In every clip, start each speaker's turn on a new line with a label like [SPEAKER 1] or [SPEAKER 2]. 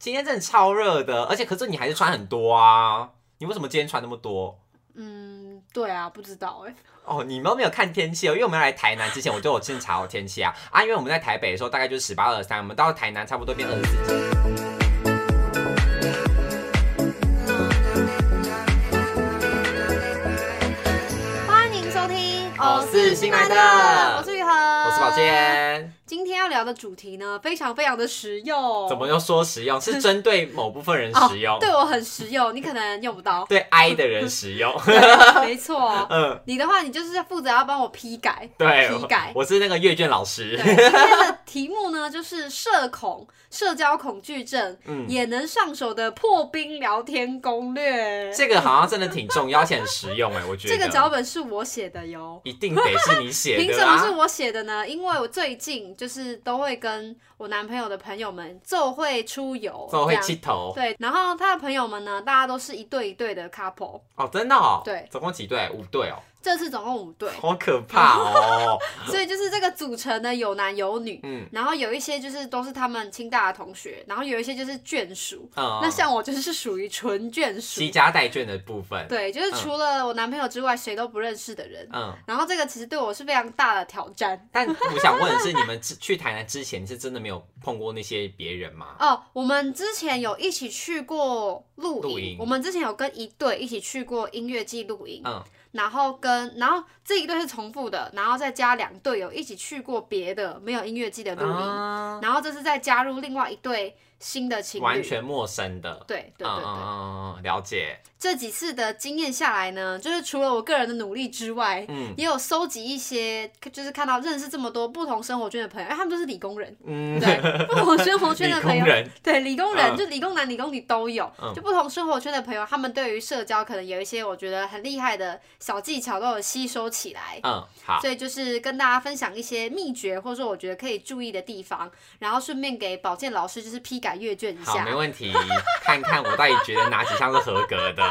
[SPEAKER 1] 今天真的超热的，而且可是你还是穿很多啊，你为什么今天穿那么多？
[SPEAKER 2] 嗯，对啊，不知道哎、
[SPEAKER 1] 哦，你们没有看天气哦，因为我们来台南之前我就有先查好天气啊啊，因为我们在台北的时候大概就是十八二三，我们到了台南差不多变二十四级。
[SPEAKER 2] 欢迎收听，
[SPEAKER 1] 嗯我是新来的
[SPEAKER 2] 我是雨禾，
[SPEAKER 1] 我
[SPEAKER 2] 我
[SPEAKER 1] 是宝。 健，
[SPEAKER 2] 今天要聊的主题呢，非常非常的实用。
[SPEAKER 1] 怎么又说实用？ 是针对某部分人
[SPEAKER 2] 哦
[SPEAKER 1] 使用，
[SPEAKER 2] 对我很实用，你可能用不
[SPEAKER 1] 。
[SPEAKER 2] 到
[SPEAKER 1] 对 I 的人使 用。
[SPEAKER 2] 没错，
[SPEAKER 1] 嗯，
[SPEAKER 2] 你的话，你就是负责要帮我批 改。
[SPEAKER 1] 对
[SPEAKER 2] 批改，
[SPEAKER 1] 我是那个阅卷老师
[SPEAKER 2] 对，。今天的题目呢，就是社恐、社交恐惧症
[SPEAKER 1] 嗯，
[SPEAKER 2] 也能上手的破冰聊天攻略。
[SPEAKER 1] 这个好像真的挺重要，而且很实用哎，我觉得。
[SPEAKER 2] 这个脚本是我写的哟。
[SPEAKER 1] 一定得是你写
[SPEAKER 2] 凭
[SPEAKER 1] 的啊
[SPEAKER 2] 什么是
[SPEAKER 1] 啦。
[SPEAKER 2] 我写的呢？因为我最近就是都会跟我男朋友的朋友们奏会出游，
[SPEAKER 1] 怎么会
[SPEAKER 2] 这样
[SPEAKER 1] 气头？
[SPEAKER 2] 对，然后他的朋友们呢，大家都是一对一对的 couple，
[SPEAKER 1] 哦，真的哦。
[SPEAKER 2] 对
[SPEAKER 1] 总共几对？五对哦，
[SPEAKER 2] 这次总共五 对，
[SPEAKER 1] 好可怕哦。
[SPEAKER 2] 所以就是这个组成呢有男有女，
[SPEAKER 1] 嗯
[SPEAKER 2] 然后有一些就是都是他们清大的同学，然后有一些就是眷属，
[SPEAKER 1] 嗯，
[SPEAKER 2] 那像我就是属于纯眷属
[SPEAKER 1] 西，家带卷的部分，
[SPEAKER 2] 对，就是除了我男朋友之外谁都不认识的人，
[SPEAKER 1] 嗯。
[SPEAKER 2] 然后这个其实对我是非常大的挑战。
[SPEAKER 1] 但我想问的是，你们之去台南之前是真的没有碰过那些别人吗？
[SPEAKER 2] 哦，我们之前有一起去过露
[SPEAKER 1] 露
[SPEAKER 2] 营，
[SPEAKER 1] 营
[SPEAKER 2] 我们之前有跟一队一起去过音乐季露营，
[SPEAKER 1] 嗯，
[SPEAKER 2] 然后跟然后这一队是重复的，然后再加两队有一起去过别的没有音乐季的露营，
[SPEAKER 1] 啊，
[SPEAKER 2] 然后这次再加入另外一对新的情侣，
[SPEAKER 1] 完全陌生的。
[SPEAKER 2] 对对对对，
[SPEAKER 1] 嗯嗯嗯嗯，了解。
[SPEAKER 2] 这几次的经验下来呢，就是除了我个人的努力之外。
[SPEAKER 1] 嗯
[SPEAKER 2] 也有收集一些，就是看到认识这么多不同生活圈的朋友，因为哎他们都是理工人，
[SPEAKER 1] 嗯，
[SPEAKER 2] 对，不同生活圈
[SPEAKER 1] 理
[SPEAKER 2] 的朋
[SPEAKER 1] 工
[SPEAKER 2] 友，
[SPEAKER 1] 人，
[SPEAKER 2] 对，理工人、
[SPEAKER 1] 嗯
[SPEAKER 2] 就理工男、理工女都有，
[SPEAKER 1] 嗯
[SPEAKER 2] 就不同生活圈的朋友，他们对于社交可能有一些我觉得很厉害的小技巧都有吸收起来。
[SPEAKER 1] 嗯，好，
[SPEAKER 2] 所以就是跟大家分享一些秘诀，或者说我觉得可以注意的地方，然后顺便给保健老师就是批改阅卷一
[SPEAKER 1] 好，没
[SPEAKER 2] 下。
[SPEAKER 1] 问题。看看我到底觉得哪几项是合格的。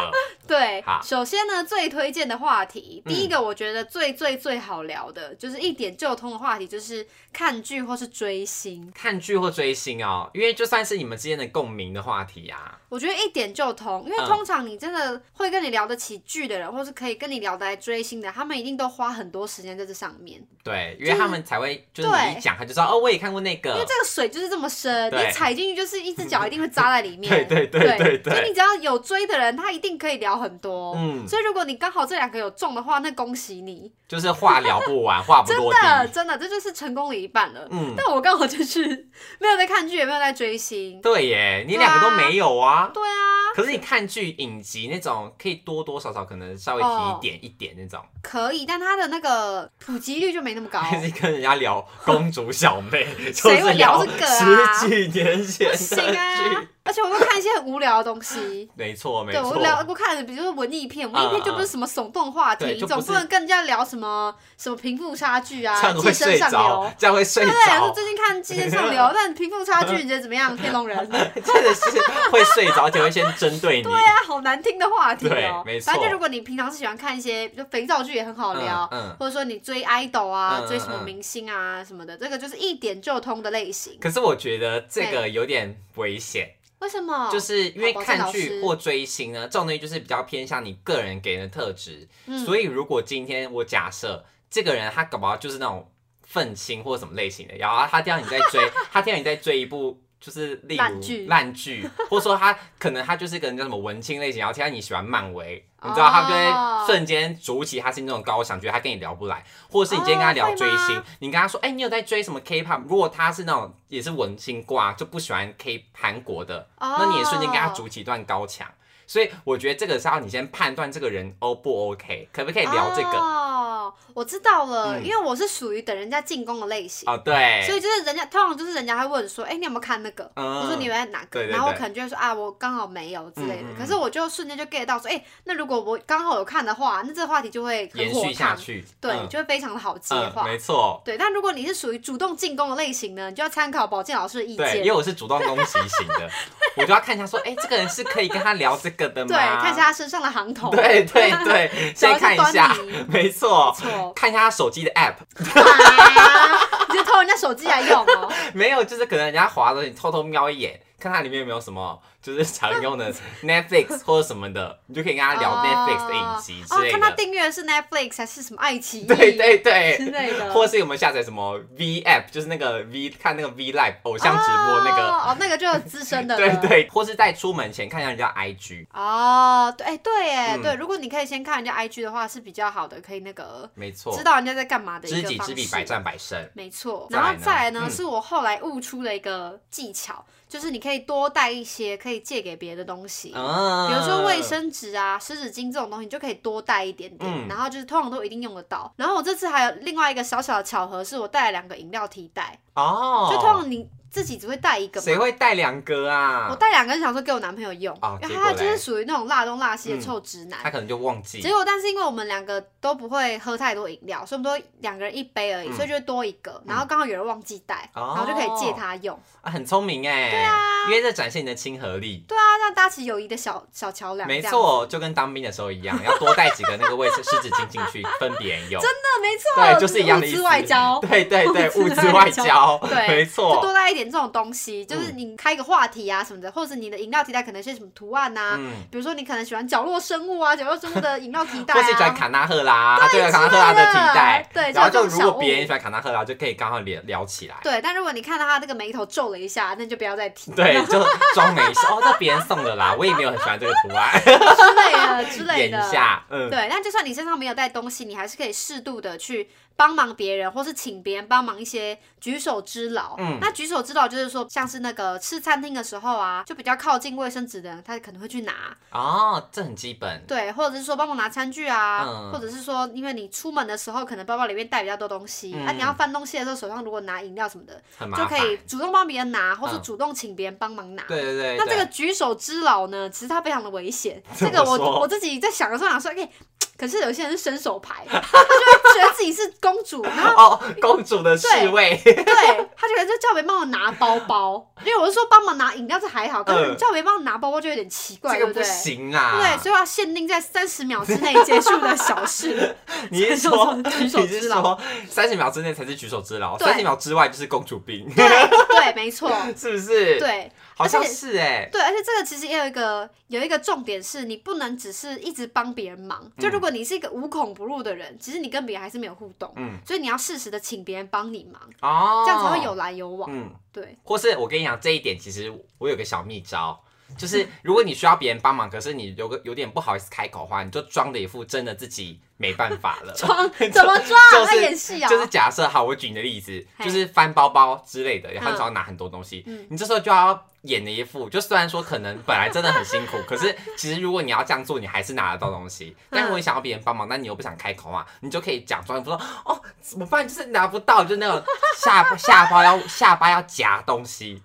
[SPEAKER 2] 对
[SPEAKER 1] 好，
[SPEAKER 2] 首先呢，最推荐的话题，
[SPEAKER 1] 嗯
[SPEAKER 2] 第一个我觉得最最最好聊的，就是一点就通的话题，就是看剧或是追星。
[SPEAKER 1] 看剧或追星哦，因为就算是你们之间的共鸣的话题啊，
[SPEAKER 2] 我觉得一点就通，因为
[SPEAKER 1] 嗯
[SPEAKER 2] 通常你真的会跟你聊得起剧的人，或是可以跟你聊得来追星的，他们一定都花很多时间在这上面，
[SPEAKER 1] 对，因为
[SPEAKER 2] 就是
[SPEAKER 1] 他们才会，就是你一
[SPEAKER 2] 对
[SPEAKER 1] 讲他就知道哦，我也看过那
[SPEAKER 2] 因为
[SPEAKER 1] 个，
[SPEAKER 2] 这个水就是这么深，
[SPEAKER 1] 对
[SPEAKER 2] 你踩进去就是一只脚一定会扎在里面。
[SPEAKER 1] 对对对对对
[SPEAKER 2] 所以你只要有追的人，他一定可以聊很多。
[SPEAKER 1] 嗯，
[SPEAKER 2] 所以如果你刚好这两个有中的话，那恭喜你，
[SPEAKER 1] 就是话聊不 完，话不
[SPEAKER 2] 真
[SPEAKER 1] 落
[SPEAKER 2] 的
[SPEAKER 1] 地，
[SPEAKER 2] 真的，这就是成功了一半了。
[SPEAKER 1] 嗯，
[SPEAKER 2] 但我刚好就是 没有在看剧，也没有在追星。
[SPEAKER 1] 对耶，你两个都没有啊。
[SPEAKER 2] 对啊，
[SPEAKER 1] 可是你看剧、影集那种，可以多多少少可能稍微提一点一点那种，
[SPEAKER 2] 可以，但他的那个普及率就没 那么高。
[SPEAKER 1] 但是跟人家聊公主小妹， 就
[SPEAKER 2] 谁
[SPEAKER 1] 是
[SPEAKER 2] 会聊这个啊
[SPEAKER 1] 十几年前
[SPEAKER 2] 不
[SPEAKER 1] 的
[SPEAKER 2] 行 啊
[SPEAKER 1] 剧，！。
[SPEAKER 2] 而且我都看一些很无聊的东西
[SPEAKER 1] 没错没
[SPEAKER 2] 对，我
[SPEAKER 1] 错，
[SPEAKER 2] 聊啊我看，比如说文艺片，文艺片就不是什么耸动话题，
[SPEAKER 1] 嗯嗯对就不
[SPEAKER 2] 总
[SPEAKER 1] 是
[SPEAKER 2] 不能跟人家聊什么什么贫富差距啊
[SPEAKER 1] 这样、
[SPEAKER 2] 寄
[SPEAKER 1] 会
[SPEAKER 2] 生
[SPEAKER 1] 睡
[SPEAKER 2] 上
[SPEAKER 1] 着
[SPEAKER 2] 流。，
[SPEAKER 1] 这样会睡
[SPEAKER 2] 对，
[SPEAKER 1] 着
[SPEAKER 2] 我，最近看《寄生上流》， 但贫富差距你觉得怎么样？天龙人，对
[SPEAKER 1] 真的是会睡着，而且会先针对你。
[SPEAKER 2] 啊，好难听的话题哦、
[SPEAKER 1] 对没错
[SPEAKER 2] 反正就如果你平常是喜欢看一些，就肥皂剧也很好聊，
[SPEAKER 1] 嗯嗯
[SPEAKER 2] 或者说你追 idol 啊、
[SPEAKER 1] 嗯嗯
[SPEAKER 2] 追什么
[SPEAKER 1] 嗯
[SPEAKER 2] 明星啊什么的，这个就是一点就通的类型。
[SPEAKER 1] 可是我觉得这个有点危险，
[SPEAKER 2] 为什么？
[SPEAKER 1] 就是因为
[SPEAKER 2] 哦好抱歉
[SPEAKER 1] 看
[SPEAKER 2] 老师
[SPEAKER 1] 剧或追星呢，这种东西就是比较偏向你个人给人的特质。
[SPEAKER 2] 嗯
[SPEAKER 1] 所以如果今天我假设这个人他搞不好就是那种愤青或什么类型的，然后他听到你在追， 他听到你在追一部。就是例
[SPEAKER 2] 烂剧
[SPEAKER 1] 如烂剧，或者说他可能他就是个人叫什么文青类型，然后听到你喜欢漫威，你知道他就
[SPEAKER 2] 哦
[SPEAKER 1] 会瞬间筑起他心中的高想，觉得他跟你聊不来，或者是你今天跟他聊追
[SPEAKER 2] 哦会
[SPEAKER 1] 星
[SPEAKER 2] 吗，
[SPEAKER 1] 你跟他说，哎、你有在追什么 K-pop？如果他是那种也是文青挂，就不喜欢 K 韩国的，那你也瞬间跟他
[SPEAKER 2] 哦
[SPEAKER 1] 筑起一段高墙。所以我觉得这个是要你先判断这个人 O 不 OK，可不可以聊这个？
[SPEAKER 2] 哦，我知道了，
[SPEAKER 1] 嗯
[SPEAKER 2] 因为我是属于等人家进攻的类型，
[SPEAKER 1] 哦，对，
[SPEAKER 2] 所以就是人家通常就是人家会问说，哎、你有没有看那个？
[SPEAKER 1] 嗯
[SPEAKER 2] 我说你有没有看哪个？
[SPEAKER 1] 对对对
[SPEAKER 2] 然后我可能就会说啊，我刚好没有之类的。
[SPEAKER 1] 嗯嗯嗯
[SPEAKER 2] 可是我就瞬间就 get 到说，哎、那如果我刚好有看的话，那这个话题就会很
[SPEAKER 1] 延
[SPEAKER 2] 火
[SPEAKER 1] 续下
[SPEAKER 2] 烫
[SPEAKER 1] 去，
[SPEAKER 2] 对，
[SPEAKER 1] 嗯
[SPEAKER 2] 就会非常的好接
[SPEAKER 1] 嗯，
[SPEAKER 2] 话。
[SPEAKER 1] 没错，
[SPEAKER 2] 对，但如果你是属于主动进攻的类型呢，你就要参考保健老师的意
[SPEAKER 1] 对，
[SPEAKER 2] 见
[SPEAKER 1] 因为，我是主动攻击型 的，我就要看一下说，哎、这个人是可以跟他聊这个的吗？
[SPEAKER 2] 对，看一下他身上的行头，
[SPEAKER 1] 对对 对，
[SPEAKER 2] 主
[SPEAKER 1] 先
[SPEAKER 2] 要是
[SPEAKER 1] 看一
[SPEAKER 2] 端
[SPEAKER 1] 下
[SPEAKER 2] 倪，
[SPEAKER 1] 没错，，
[SPEAKER 2] 错
[SPEAKER 1] 看一下他手机的 App，
[SPEAKER 2] 啊你就偷人家手机来用哦。
[SPEAKER 1] 没有，就是可能人家滑的时候你偷偷瞄一眼，看它里面有没有什么就是常用 的 Netflix 或者什么的，你就可以跟他聊 Netflix 的影集之
[SPEAKER 2] 哦，
[SPEAKER 1] 类
[SPEAKER 2] 看他
[SPEAKER 1] 的。
[SPEAKER 2] 订阅的是 Netflix 还是什么爱奇 艺？
[SPEAKER 1] 对对 对，
[SPEAKER 2] 之类的。
[SPEAKER 1] 或者是有没有下载什么 V App，就是那个 V 看那个 V Live 偶像直播那个。
[SPEAKER 2] 哦，哦那个就资深的了。
[SPEAKER 1] 对对，或是在出门前看一下人家 IG，
[SPEAKER 2] 哦，对，哎，对，哎，
[SPEAKER 1] 嗯
[SPEAKER 2] 对，如果你可以先看人家 IG 的话，是比较好的，可以那个
[SPEAKER 1] 没错，
[SPEAKER 2] 知道人家在干嘛的一个
[SPEAKER 1] 知
[SPEAKER 2] 方
[SPEAKER 1] 己
[SPEAKER 2] 式。
[SPEAKER 1] 知彼，百战百胜。
[SPEAKER 2] 没错，
[SPEAKER 1] 再来
[SPEAKER 2] 然
[SPEAKER 1] 呢
[SPEAKER 2] 后再来呢，
[SPEAKER 1] 嗯
[SPEAKER 2] 是我后来悟出的一个技巧，就是你可以多带一些可以借给别的东西，
[SPEAKER 1] 嗯，
[SPEAKER 2] 比如说卫，生纸啊、湿纸巾这种东西，你就可以多带一点点，
[SPEAKER 1] 嗯
[SPEAKER 2] 然后就是通常都一定用得到。然后我这次还有另外一个小小的巧合，是我带了两个饮料替代，
[SPEAKER 1] 哦，
[SPEAKER 2] 就通常你自己只会带一个
[SPEAKER 1] 谁
[SPEAKER 2] 嘛。
[SPEAKER 1] 会带两个啊？
[SPEAKER 2] 我带两个是想说给我男朋友用，
[SPEAKER 1] 哦
[SPEAKER 2] 因为
[SPEAKER 1] 结果
[SPEAKER 2] 他
[SPEAKER 1] 嘞嗯
[SPEAKER 2] 就是属于那种辣东辣西的臭直男。
[SPEAKER 1] 他可能就忘记
[SPEAKER 2] 结果，但是因为我们两个都不会喝太多饮料，所以我们都两个人一杯而已，
[SPEAKER 1] 嗯
[SPEAKER 2] 所以就会多一个。然后刚好有人忘记带，
[SPEAKER 1] 哦
[SPEAKER 2] 然后就可以借他用。
[SPEAKER 1] 啊，很聪明哎，对啊，因为这展现你的亲和力。
[SPEAKER 2] 对啊，让搭起友谊的小小桥梁。
[SPEAKER 1] 没
[SPEAKER 2] 这样子，
[SPEAKER 1] 错，就跟当兵的时候一样，要多带几个那个卫生湿纸巾进去，分别人用。真的，
[SPEAKER 2] 那没
[SPEAKER 1] 对，
[SPEAKER 2] 错，
[SPEAKER 1] 就是一样的意
[SPEAKER 2] 物
[SPEAKER 1] 思。
[SPEAKER 2] 资外交。
[SPEAKER 1] 对对对，
[SPEAKER 2] 物
[SPEAKER 1] 物
[SPEAKER 2] 资
[SPEAKER 1] 资
[SPEAKER 2] 外
[SPEAKER 1] 外
[SPEAKER 2] 交
[SPEAKER 1] 交，
[SPEAKER 2] 对
[SPEAKER 1] 没
[SPEAKER 2] 就
[SPEAKER 1] 错。
[SPEAKER 2] 多带一点这种东西，就是你开个话题啊什么的，或者是你的饮料提袋可能是什么图案呐、啊，
[SPEAKER 1] 嗯，
[SPEAKER 2] 比如说你可能喜欢角落生物啊，角落生物的饮料提袋
[SPEAKER 1] 或是喜欢
[SPEAKER 2] 啊，
[SPEAKER 1] 卡纳赫拉，他就啊有卡纳赫拉的
[SPEAKER 2] 之类的
[SPEAKER 1] 替代，
[SPEAKER 2] 对
[SPEAKER 1] 然后就
[SPEAKER 2] 就有这种
[SPEAKER 1] 如
[SPEAKER 2] 小
[SPEAKER 1] 果
[SPEAKER 2] 物
[SPEAKER 1] 别人喜欢卡纳赫拉，就可以刚好聊聊起来。
[SPEAKER 2] 对。但如果你看到他这个眉头皱了一下，那就不要再提
[SPEAKER 1] 对，就装没事哦，这别人送的啦，我也没有很喜欢这个图案，
[SPEAKER 2] 之类的之类
[SPEAKER 1] 演
[SPEAKER 2] 的。
[SPEAKER 1] 一下，嗯，
[SPEAKER 2] 对，但就算你身上没有带东西，你还是可以适度的去帮忙别人，或是请别人帮忙一些举手之劳。
[SPEAKER 1] 嗯
[SPEAKER 2] 那举手之劳就是说，像是那个吃餐厅的时候啊，就比较靠近卫生纸的人，他可能会去拿，
[SPEAKER 1] 哦，这很基本，
[SPEAKER 2] 对，或者是说帮忙拿餐具啊，
[SPEAKER 1] 嗯
[SPEAKER 2] 或者是说，因为你出门的时候可能包包里面带比较多东西，那、
[SPEAKER 1] 嗯
[SPEAKER 2] 啊、你要翻东西的时候，手上如果拿饮料什么的，
[SPEAKER 1] 很麻
[SPEAKER 2] 就
[SPEAKER 1] 烦。
[SPEAKER 2] 可以主动帮别人拿，或是
[SPEAKER 1] 嗯
[SPEAKER 2] 主动请别人帮忙拿。
[SPEAKER 1] 对对对，
[SPEAKER 2] 那这
[SPEAKER 1] 对
[SPEAKER 2] 个举手之劳呢，其实它非常的危 险。
[SPEAKER 1] 怎
[SPEAKER 2] 这
[SPEAKER 1] 么
[SPEAKER 2] 个我
[SPEAKER 1] 说
[SPEAKER 2] 我自己在想的时候想说，哎、可是有些人是伸手牌， 他就会觉得自己是公主，然后
[SPEAKER 1] 哦，公主的侍卫，
[SPEAKER 2] 对他就可能就叫别人帮我拿包包，因为我是说帮忙拿饮料这还好，可
[SPEAKER 1] 嗯
[SPEAKER 2] 是你叫别人帮我拿包包就有点奇怪，
[SPEAKER 1] 这
[SPEAKER 2] 对
[SPEAKER 1] 个
[SPEAKER 2] 对
[SPEAKER 1] 不？行啊。
[SPEAKER 2] 对，所以我要限定在三十秒之内结束的小事。
[SPEAKER 1] 你是说
[SPEAKER 2] 举手
[SPEAKER 1] 你
[SPEAKER 2] 之
[SPEAKER 1] 是
[SPEAKER 2] 劳
[SPEAKER 1] 说三十秒之内才是举手之劳，
[SPEAKER 2] 对
[SPEAKER 1] 三十秒之外就是公主病，
[SPEAKER 2] 对 对，没错，
[SPEAKER 1] 是不是？，
[SPEAKER 2] 对。
[SPEAKER 1] 好像
[SPEAKER 2] 而且
[SPEAKER 1] 是哎，
[SPEAKER 2] 对，而且这个其实也有一个有一个重点是，你不能只是一直帮别人忙。
[SPEAKER 1] 嗯
[SPEAKER 2] 就如果你是一个无孔不入的人，其实你跟别人还是没有互动，
[SPEAKER 1] 嗯
[SPEAKER 2] 所以你要适时的请别人帮你忙，
[SPEAKER 1] 哦，
[SPEAKER 2] 这样才会有来有往。
[SPEAKER 1] 嗯，
[SPEAKER 2] 对，
[SPEAKER 1] 或是我跟你讲这一点，其实我有个小秘招。就是如果你需要别人帮忙，可是你有个有点不好意思开口的话，你就装的一副真的自己没办法了，
[SPEAKER 2] 装 怎么装？
[SPEAKER 1] 就是
[SPEAKER 2] 他演戏啊？
[SPEAKER 1] 就是假设好，我举你的例子，
[SPEAKER 2] 嘿
[SPEAKER 1] 就是翻包包之类的，然后
[SPEAKER 2] 嗯
[SPEAKER 1] 你要拿很多东西，
[SPEAKER 2] 嗯
[SPEAKER 1] 你这时候就要演的一副，就虽然说可能本来真的很辛苦，可 是其实如果你要这样做，你还是拿得到东西。
[SPEAKER 2] 嗯
[SPEAKER 1] 但如果你想要别人帮忙，但你又不想开口嘛，啊你就可以假装说哦怎么办，就是拿不到，就那种下 巴下巴要下巴要夹东西。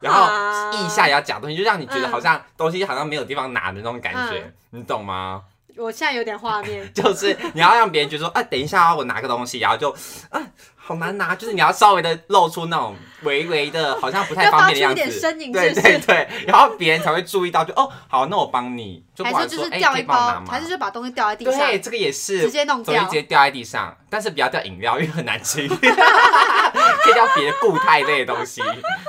[SPEAKER 1] 然后
[SPEAKER 2] 啊
[SPEAKER 1] 腋下也要夹东西，就让你觉得
[SPEAKER 2] 嗯
[SPEAKER 1] 好像东西好像没有地方拿的那种感觉，
[SPEAKER 2] 嗯
[SPEAKER 1] 你懂吗？。
[SPEAKER 2] 我现在有点画面
[SPEAKER 1] 就是你要让别人觉得说，啊，等一下啊，我拿个东西，然后就，啊，好难拿，就是你要稍微的露出那种微微的，好像不 太方便的样
[SPEAKER 2] 要发出一点
[SPEAKER 1] 子，
[SPEAKER 2] 呻吟
[SPEAKER 1] 对
[SPEAKER 2] 是不是
[SPEAKER 1] 对对，然后别人才会注意到，就哦，好，那我帮你，就不
[SPEAKER 2] 还
[SPEAKER 1] 管
[SPEAKER 2] 是就是
[SPEAKER 1] 说，哎、
[SPEAKER 2] 掉
[SPEAKER 1] 可
[SPEAKER 2] 一
[SPEAKER 1] 以帮我拿
[SPEAKER 2] 包，
[SPEAKER 1] 吗？
[SPEAKER 2] 还是就把东西掉在地上，
[SPEAKER 1] 对，这个也是
[SPEAKER 2] 直，接弄
[SPEAKER 1] 总之
[SPEAKER 2] 掉
[SPEAKER 1] 直。接掉在地上，但是不要掉饮料，因为很难清， 可以掉别的固态类的东西，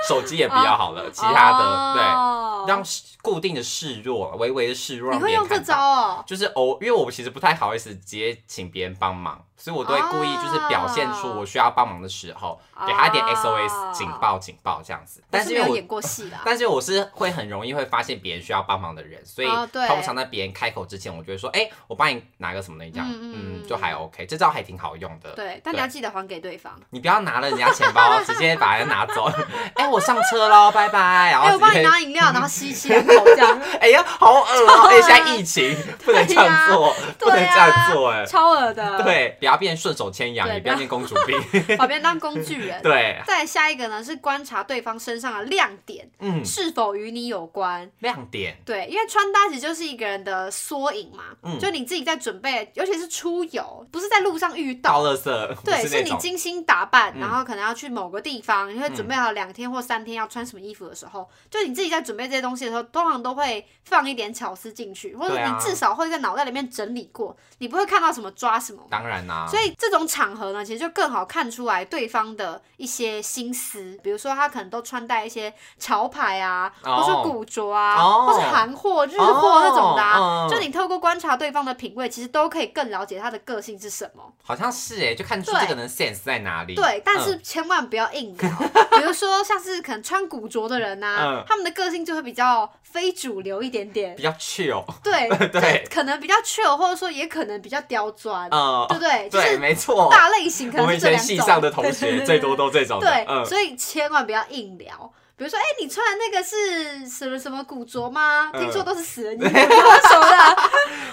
[SPEAKER 1] 手机也不要好了，其他的、对，
[SPEAKER 2] 哦
[SPEAKER 1] 让固定的示弱，微微的示弱，
[SPEAKER 2] 你
[SPEAKER 1] 让
[SPEAKER 2] 会
[SPEAKER 1] 别人
[SPEAKER 2] 用这
[SPEAKER 1] 看到
[SPEAKER 2] 招哦。
[SPEAKER 1] 就是偶，因为我其实不太好意思直接请别人帮忙，所以我都会故意就是表现出我需要帮忙的时候，
[SPEAKER 2] 啊
[SPEAKER 1] 给他一点 SOS 警报警报这样子。但
[SPEAKER 2] 我
[SPEAKER 1] 是
[SPEAKER 2] 是
[SPEAKER 1] 因
[SPEAKER 2] 没
[SPEAKER 1] 为
[SPEAKER 2] 有
[SPEAKER 1] 我
[SPEAKER 2] 演过啊戏 啦。
[SPEAKER 1] 但是我是会很容易会发现别人需要帮忙的人，所以
[SPEAKER 2] 哦对
[SPEAKER 1] 通常在别人开口之前，我就会说，哎、我帮你拿个什么东西这样，
[SPEAKER 2] 嗯嗯嗯
[SPEAKER 1] 嗯
[SPEAKER 2] 嗯
[SPEAKER 1] 就还 OK，这招还挺好用的。
[SPEAKER 2] 对，但你要记得还给对方。
[SPEAKER 1] 你不要拿了人家钱包，直接把人家拿走。哎、我上车喽，拜拜。然
[SPEAKER 2] 哎、我
[SPEAKER 1] 后
[SPEAKER 2] 帮
[SPEAKER 1] 直
[SPEAKER 2] 你
[SPEAKER 1] 接，
[SPEAKER 2] 拿饮料，然后吸吸两口 这样，
[SPEAKER 1] 哎呀，好恶哦、哎、现在疫情不能这样做，不能
[SPEAKER 2] 对
[SPEAKER 1] 这样
[SPEAKER 2] 啊
[SPEAKER 1] 做、哎。
[SPEAKER 2] 超恶 的。
[SPEAKER 1] 对，不要变顺手牵羊，
[SPEAKER 2] 对
[SPEAKER 1] 也不要变公主 病。
[SPEAKER 2] 把别人当工具人。
[SPEAKER 1] 对，
[SPEAKER 2] 再来下一个呢，是观察对方身上的亮点
[SPEAKER 1] 嗯，
[SPEAKER 2] 是否与你有关。
[SPEAKER 1] 亮点，
[SPEAKER 2] 对，因为穿搭其实就是一个人的缩影嘛，
[SPEAKER 1] 嗯
[SPEAKER 2] 就你自己在准备，尤其是出游，不是在路上遇到，
[SPEAKER 1] 倒垃圾，不
[SPEAKER 2] 对，
[SPEAKER 1] 是
[SPEAKER 2] 是
[SPEAKER 1] 那
[SPEAKER 2] 你
[SPEAKER 1] 种，
[SPEAKER 2] 精心打扮，
[SPEAKER 1] 嗯
[SPEAKER 2] 然后可能要去某个地方，你会准备好两天或三天要穿什么衣服的时候，就你自己在准备这些东东西的时候，通常都会放一点巧思进去，或者
[SPEAKER 1] 对啊
[SPEAKER 2] 你至少会在脑袋里面整理过，你不会看到什么抓什么。
[SPEAKER 1] 当然啦、
[SPEAKER 2] 所以这种场合呢，其实就更好看出来对方的一些心思，比如说他可能都穿戴一些潮牌啊，
[SPEAKER 1] 哦
[SPEAKER 2] 或是古着啊，
[SPEAKER 1] 哦
[SPEAKER 2] 或是韩货、日货那种的啊。
[SPEAKER 1] 哦嗯
[SPEAKER 2] 就你透过观察对方的品味，其实都可以更了解他的个性是什么。
[SPEAKER 1] 好像是哎、就看出
[SPEAKER 2] 对
[SPEAKER 1] 这个人 sense 在哪里。
[SPEAKER 2] 对，但
[SPEAKER 1] 嗯
[SPEAKER 2] 是千万不要硬 聊。比如说像是可能穿古着的人呐、
[SPEAKER 1] 嗯
[SPEAKER 2] 他们的个性就会比较非主流一点点
[SPEAKER 1] 比，较 chill，
[SPEAKER 2] 对
[SPEAKER 1] 对
[SPEAKER 2] 就可能比较 chill，或者说也可能比较刁钻，
[SPEAKER 1] 嗯，
[SPEAKER 2] 对不呃对？就
[SPEAKER 1] 对，
[SPEAKER 2] 是
[SPEAKER 1] 没错。
[SPEAKER 2] 大类型可
[SPEAKER 1] 我
[SPEAKER 2] 能
[SPEAKER 1] 们以
[SPEAKER 2] 是这
[SPEAKER 1] 前
[SPEAKER 2] 两种。
[SPEAKER 1] 系上的同
[SPEAKER 2] 对对
[SPEAKER 1] 学
[SPEAKER 2] 对
[SPEAKER 1] 最多都这种的，
[SPEAKER 2] 对，
[SPEAKER 1] 嗯，
[SPEAKER 2] 所以千万不要硬聊。比如说，哎、你穿的那个是什么什么古着吗？
[SPEAKER 1] 嗯
[SPEAKER 2] 听说都是死人衣服什么的，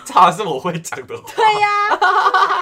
[SPEAKER 1] 这好像是我会讲的话。
[SPEAKER 2] 对呀、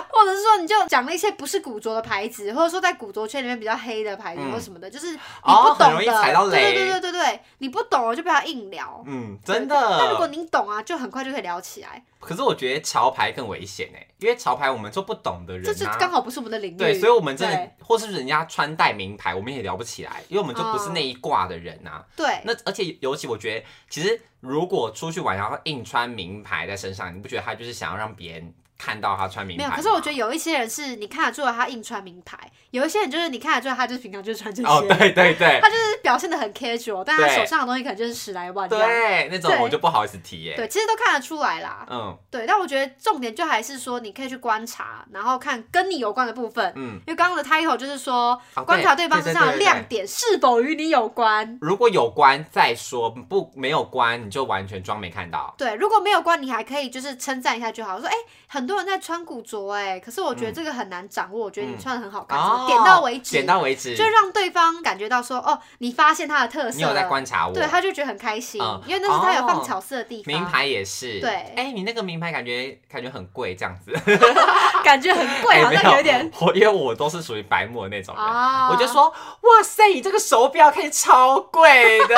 [SPEAKER 2] 或者是说，你就讲了一些不是古着的牌子，或者说在古着圈里面比较黑的牌子
[SPEAKER 1] 嗯
[SPEAKER 2] 或什么的，就是你
[SPEAKER 1] 哦
[SPEAKER 2] 不
[SPEAKER 1] 很
[SPEAKER 2] 懂
[SPEAKER 1] 容易
[SPEAKER 2] 的，
[SPEAKER 1] 踩到
[SPEAKER 2] 对对
[SPEAKER 1] 雷
[SPEAKER 2] 对对对对，你不懂的就不要硬聊。
[SPEAKER 1] 嗯，真
[SPEAKER 2] 那如果
[SPEAKER 1] 的。
[SPEAKER 2] 您懂啊，就很快就可以聊起来。
[SPEAKER 1] 可是我觉得桥牌更危险哎，因为桥牌我们做不懂的
[SPEAKER 2] 这就
[SPEAKER 1] 人
[SPEAKER 2] 刚
[SPEAKER 1] 啊。
[SPEAKER 2] 好不是我们的领域。
[SPEAKER 1] 对，所以，我们真
[SPEAKER 2] 对
[SPEAKER 1] 的，或是人家穿戴名牌，我们也聊不起来，因为我们就不是
[SPEAKER 2] 哦
[SPEAKER 1] 那一挂的人啊。
[SPEAKER 2] 对，
[SPEAKER 1] 那而且尤其我觉得，其实如果出去玩，然后硬穿名牌在身上，你不觉得他就是想要让别人看到他穿名
[SPEAKER 2] 没
[SPEAKER 1] 牌
[SPEAKER 2] 有，
[SPEAKER 1] 吗？
[SPEAKER 2] 可是我觉得有一些人是你看得出来他硬穿名牌，有一些人就是你看得出来他就是平常就是穿这些，
[SPEAKER 1] 哦，对对对
[SPEAKER 2] 他就是表现的很 casual，但他
[SPEAKER 1] 对
[SPEAKER 2] 手上的东西可能就是十来万这样。
[SPEAKER 1] 对，那种我就不好意思提耶、
[SPEAKER 2] 对，其实都看得出来啦。
[SPEAKER 1] 嗯
[SPEAKER 2] 对，但我觉得重点就还是说，你可以去观察，然后看跟你有关的部分。
[SPEAKER 1] 嗯，
[SPEAKER 2] 因为刚刚的 title 就是说，
[SPEAKER 1] 好
[SPEAKER 2] 观察对方身上的。
[SPEAKER 1] 对对对对
[SPEAKER 2] 亮
[SPEAKER 1] 对
[SPEAKER 2] 点是否与你有关。
[SPEAKER 1] 如果有关再说，不没有关你就完全装没看到。
[SPEAKER 2] 对，如果没有关，你还可以就是称赞一下就好，说哎、很多人在穿古着哎、可是我觉得这个很难掌握，我觉得你穿的很好看，什么点到为止，
[SPEAKER 1] 点到为止。
[SPEAKER 2] 就让对方感觉到说，哦，你发现他的特色
[SPEAKER 1] 你有在
[SPEAKER 2] 了，
[SPEAKER 1] 观察我，
[SPEAKER 2] 对，他就觉得很开心，
[SPEAKER 1] 嗯
[SPEAKER 2] 因为那是他有
[SPEAKER 1] 哦
[SPEAKER 2] 放巧思的地方，
[SPEAKER 1] 名牌也是。
[SPEAKER 2] 对
[SPEAKER 1] 哎、你那个名牌感觉感觉很贵，这样子。
[SPEAKER 2] 感觉很贵，
[SPEAKER 1] 哎
[SPEAKER 2] 好
[SPEAKER 1] 没
[SPEAKER 2] 像有点
[SPEAKER 1] 我因为我都是属于白目的那种人。
[SPEAKER 2] 啊
[SPEAKER 1] 我就说，哇塞，你这个手表看起来超贵 的，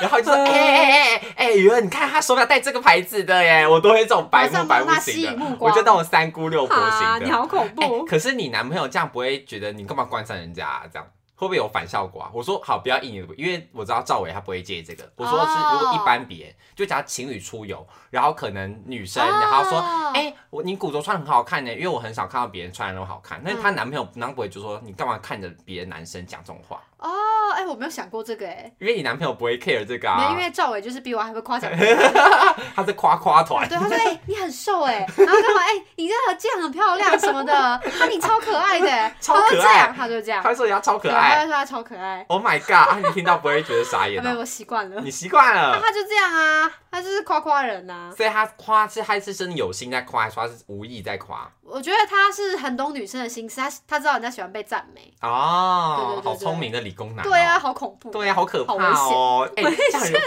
[SPEAKER 1] 然后就说，
[SPEAKER 2] 嗯
[SPEAKER 1] 哎哎哎哎，雨儿，你看他手表戴这个牌子的 耶，我都会这种白目
[SPEAKER 2] 马上
[SPEAKER 1] 白
[SPEAKER 2] 帮
[SPEAKER 1] 目
[SPEAKER 2] 他
[SPEAKER 1] 型
[SPEAKER 2] 吸引
[SPEAKER 1] 的
[SPEAKER 2] 目，
[SPEAKER 1] 我
[SPEAKER 2] 光
[SPEAKER 1] 就那种三姑六婆
[SPEAKER 2] 啊，
[SPEAKER 1] 型
[SPEAKER 2] 你
[SPEAKER 1] 的。
[SPEAKER 2] 好恐
[SPEAKER 1] 哎
[SPEAKER 2] 怖，
[SPEAKER 1] 可是你男朋友这样不会觉得你干嘛观察人家、啊、这样？会不会有反效果啊？我说好，不要硬，因为我知道赵伟他不会介意这个。我说是，如果一般别人，就假如情侣出游，然后可能女生，
[SPEAKER 2] 哦
[SPEAKER 1] 然后说，哎、我你古着穿得很好看呢，因为我很少看到别人穿的那么好看。
[SPEAKER 2] 嗯
[SPEAKER 1] 那她男朋友当然不会就说你干嘛看着别的男生讲这种话，
[SPEAKER 2] 哦，哎、我没有想过这个、哎、
[SPEAKER 1] 因为你男朋友不会 care 这个
[SPEAKER 2] 没有
[SPEAKER 1] 啊
[SPEAKER 2] 因，为赵伟就是比我还会夸奖我，
[SPEAKER 1] 他是夸夸团，
[SPEAKER 2] 对，他说，哎、你很瘦、哎，然后干嘛，哎、你这条肩很漂亮什么的，啊，你超可爱的、哎
[SPEAKER 1] 超
[SPEAKER 2] 他会
[SPEAKER 1] 可
[SPEAKER 2] 这
[SPEAKER 1] 爱
[SPEAKER 2] 样，他就这 样
[SPEAKER 1] 他，会说人家超可
[SPEAKER 2] 啊对他
[SPEAKER 1] 爱。
[SPEAKER 2] 会说他超可爱，
[SPEAKER 1] Oh my god！、啊、你听到不会觉得傻眼
[SPEAKER 2] 啊 没有，
[SPEAKER 1] 哦、
[SPEAKER 2] 我习惯了，
[SPEAKER 1] 你习惯了
[SPEAKER 2] 那。他就这样啊，他就是夸夸人呐、啊。
[SPEAKER 1] 所以他夸是他是真的有心在夸，还是他是无意在夸？
[SPEAKER 2] 我觉得他是很懂女生的心思，他他知道人家喜欢被赞美。
[SPEAKER 1] 哦，
[SPEAKER 2] 对对对
[SPEAKER 1] 好聪明的理工男、哦
[SPEAKER 2] 对啊，，好恐怖。
[SPEAKER 1] 对啊，好可怕哦！哎、这样别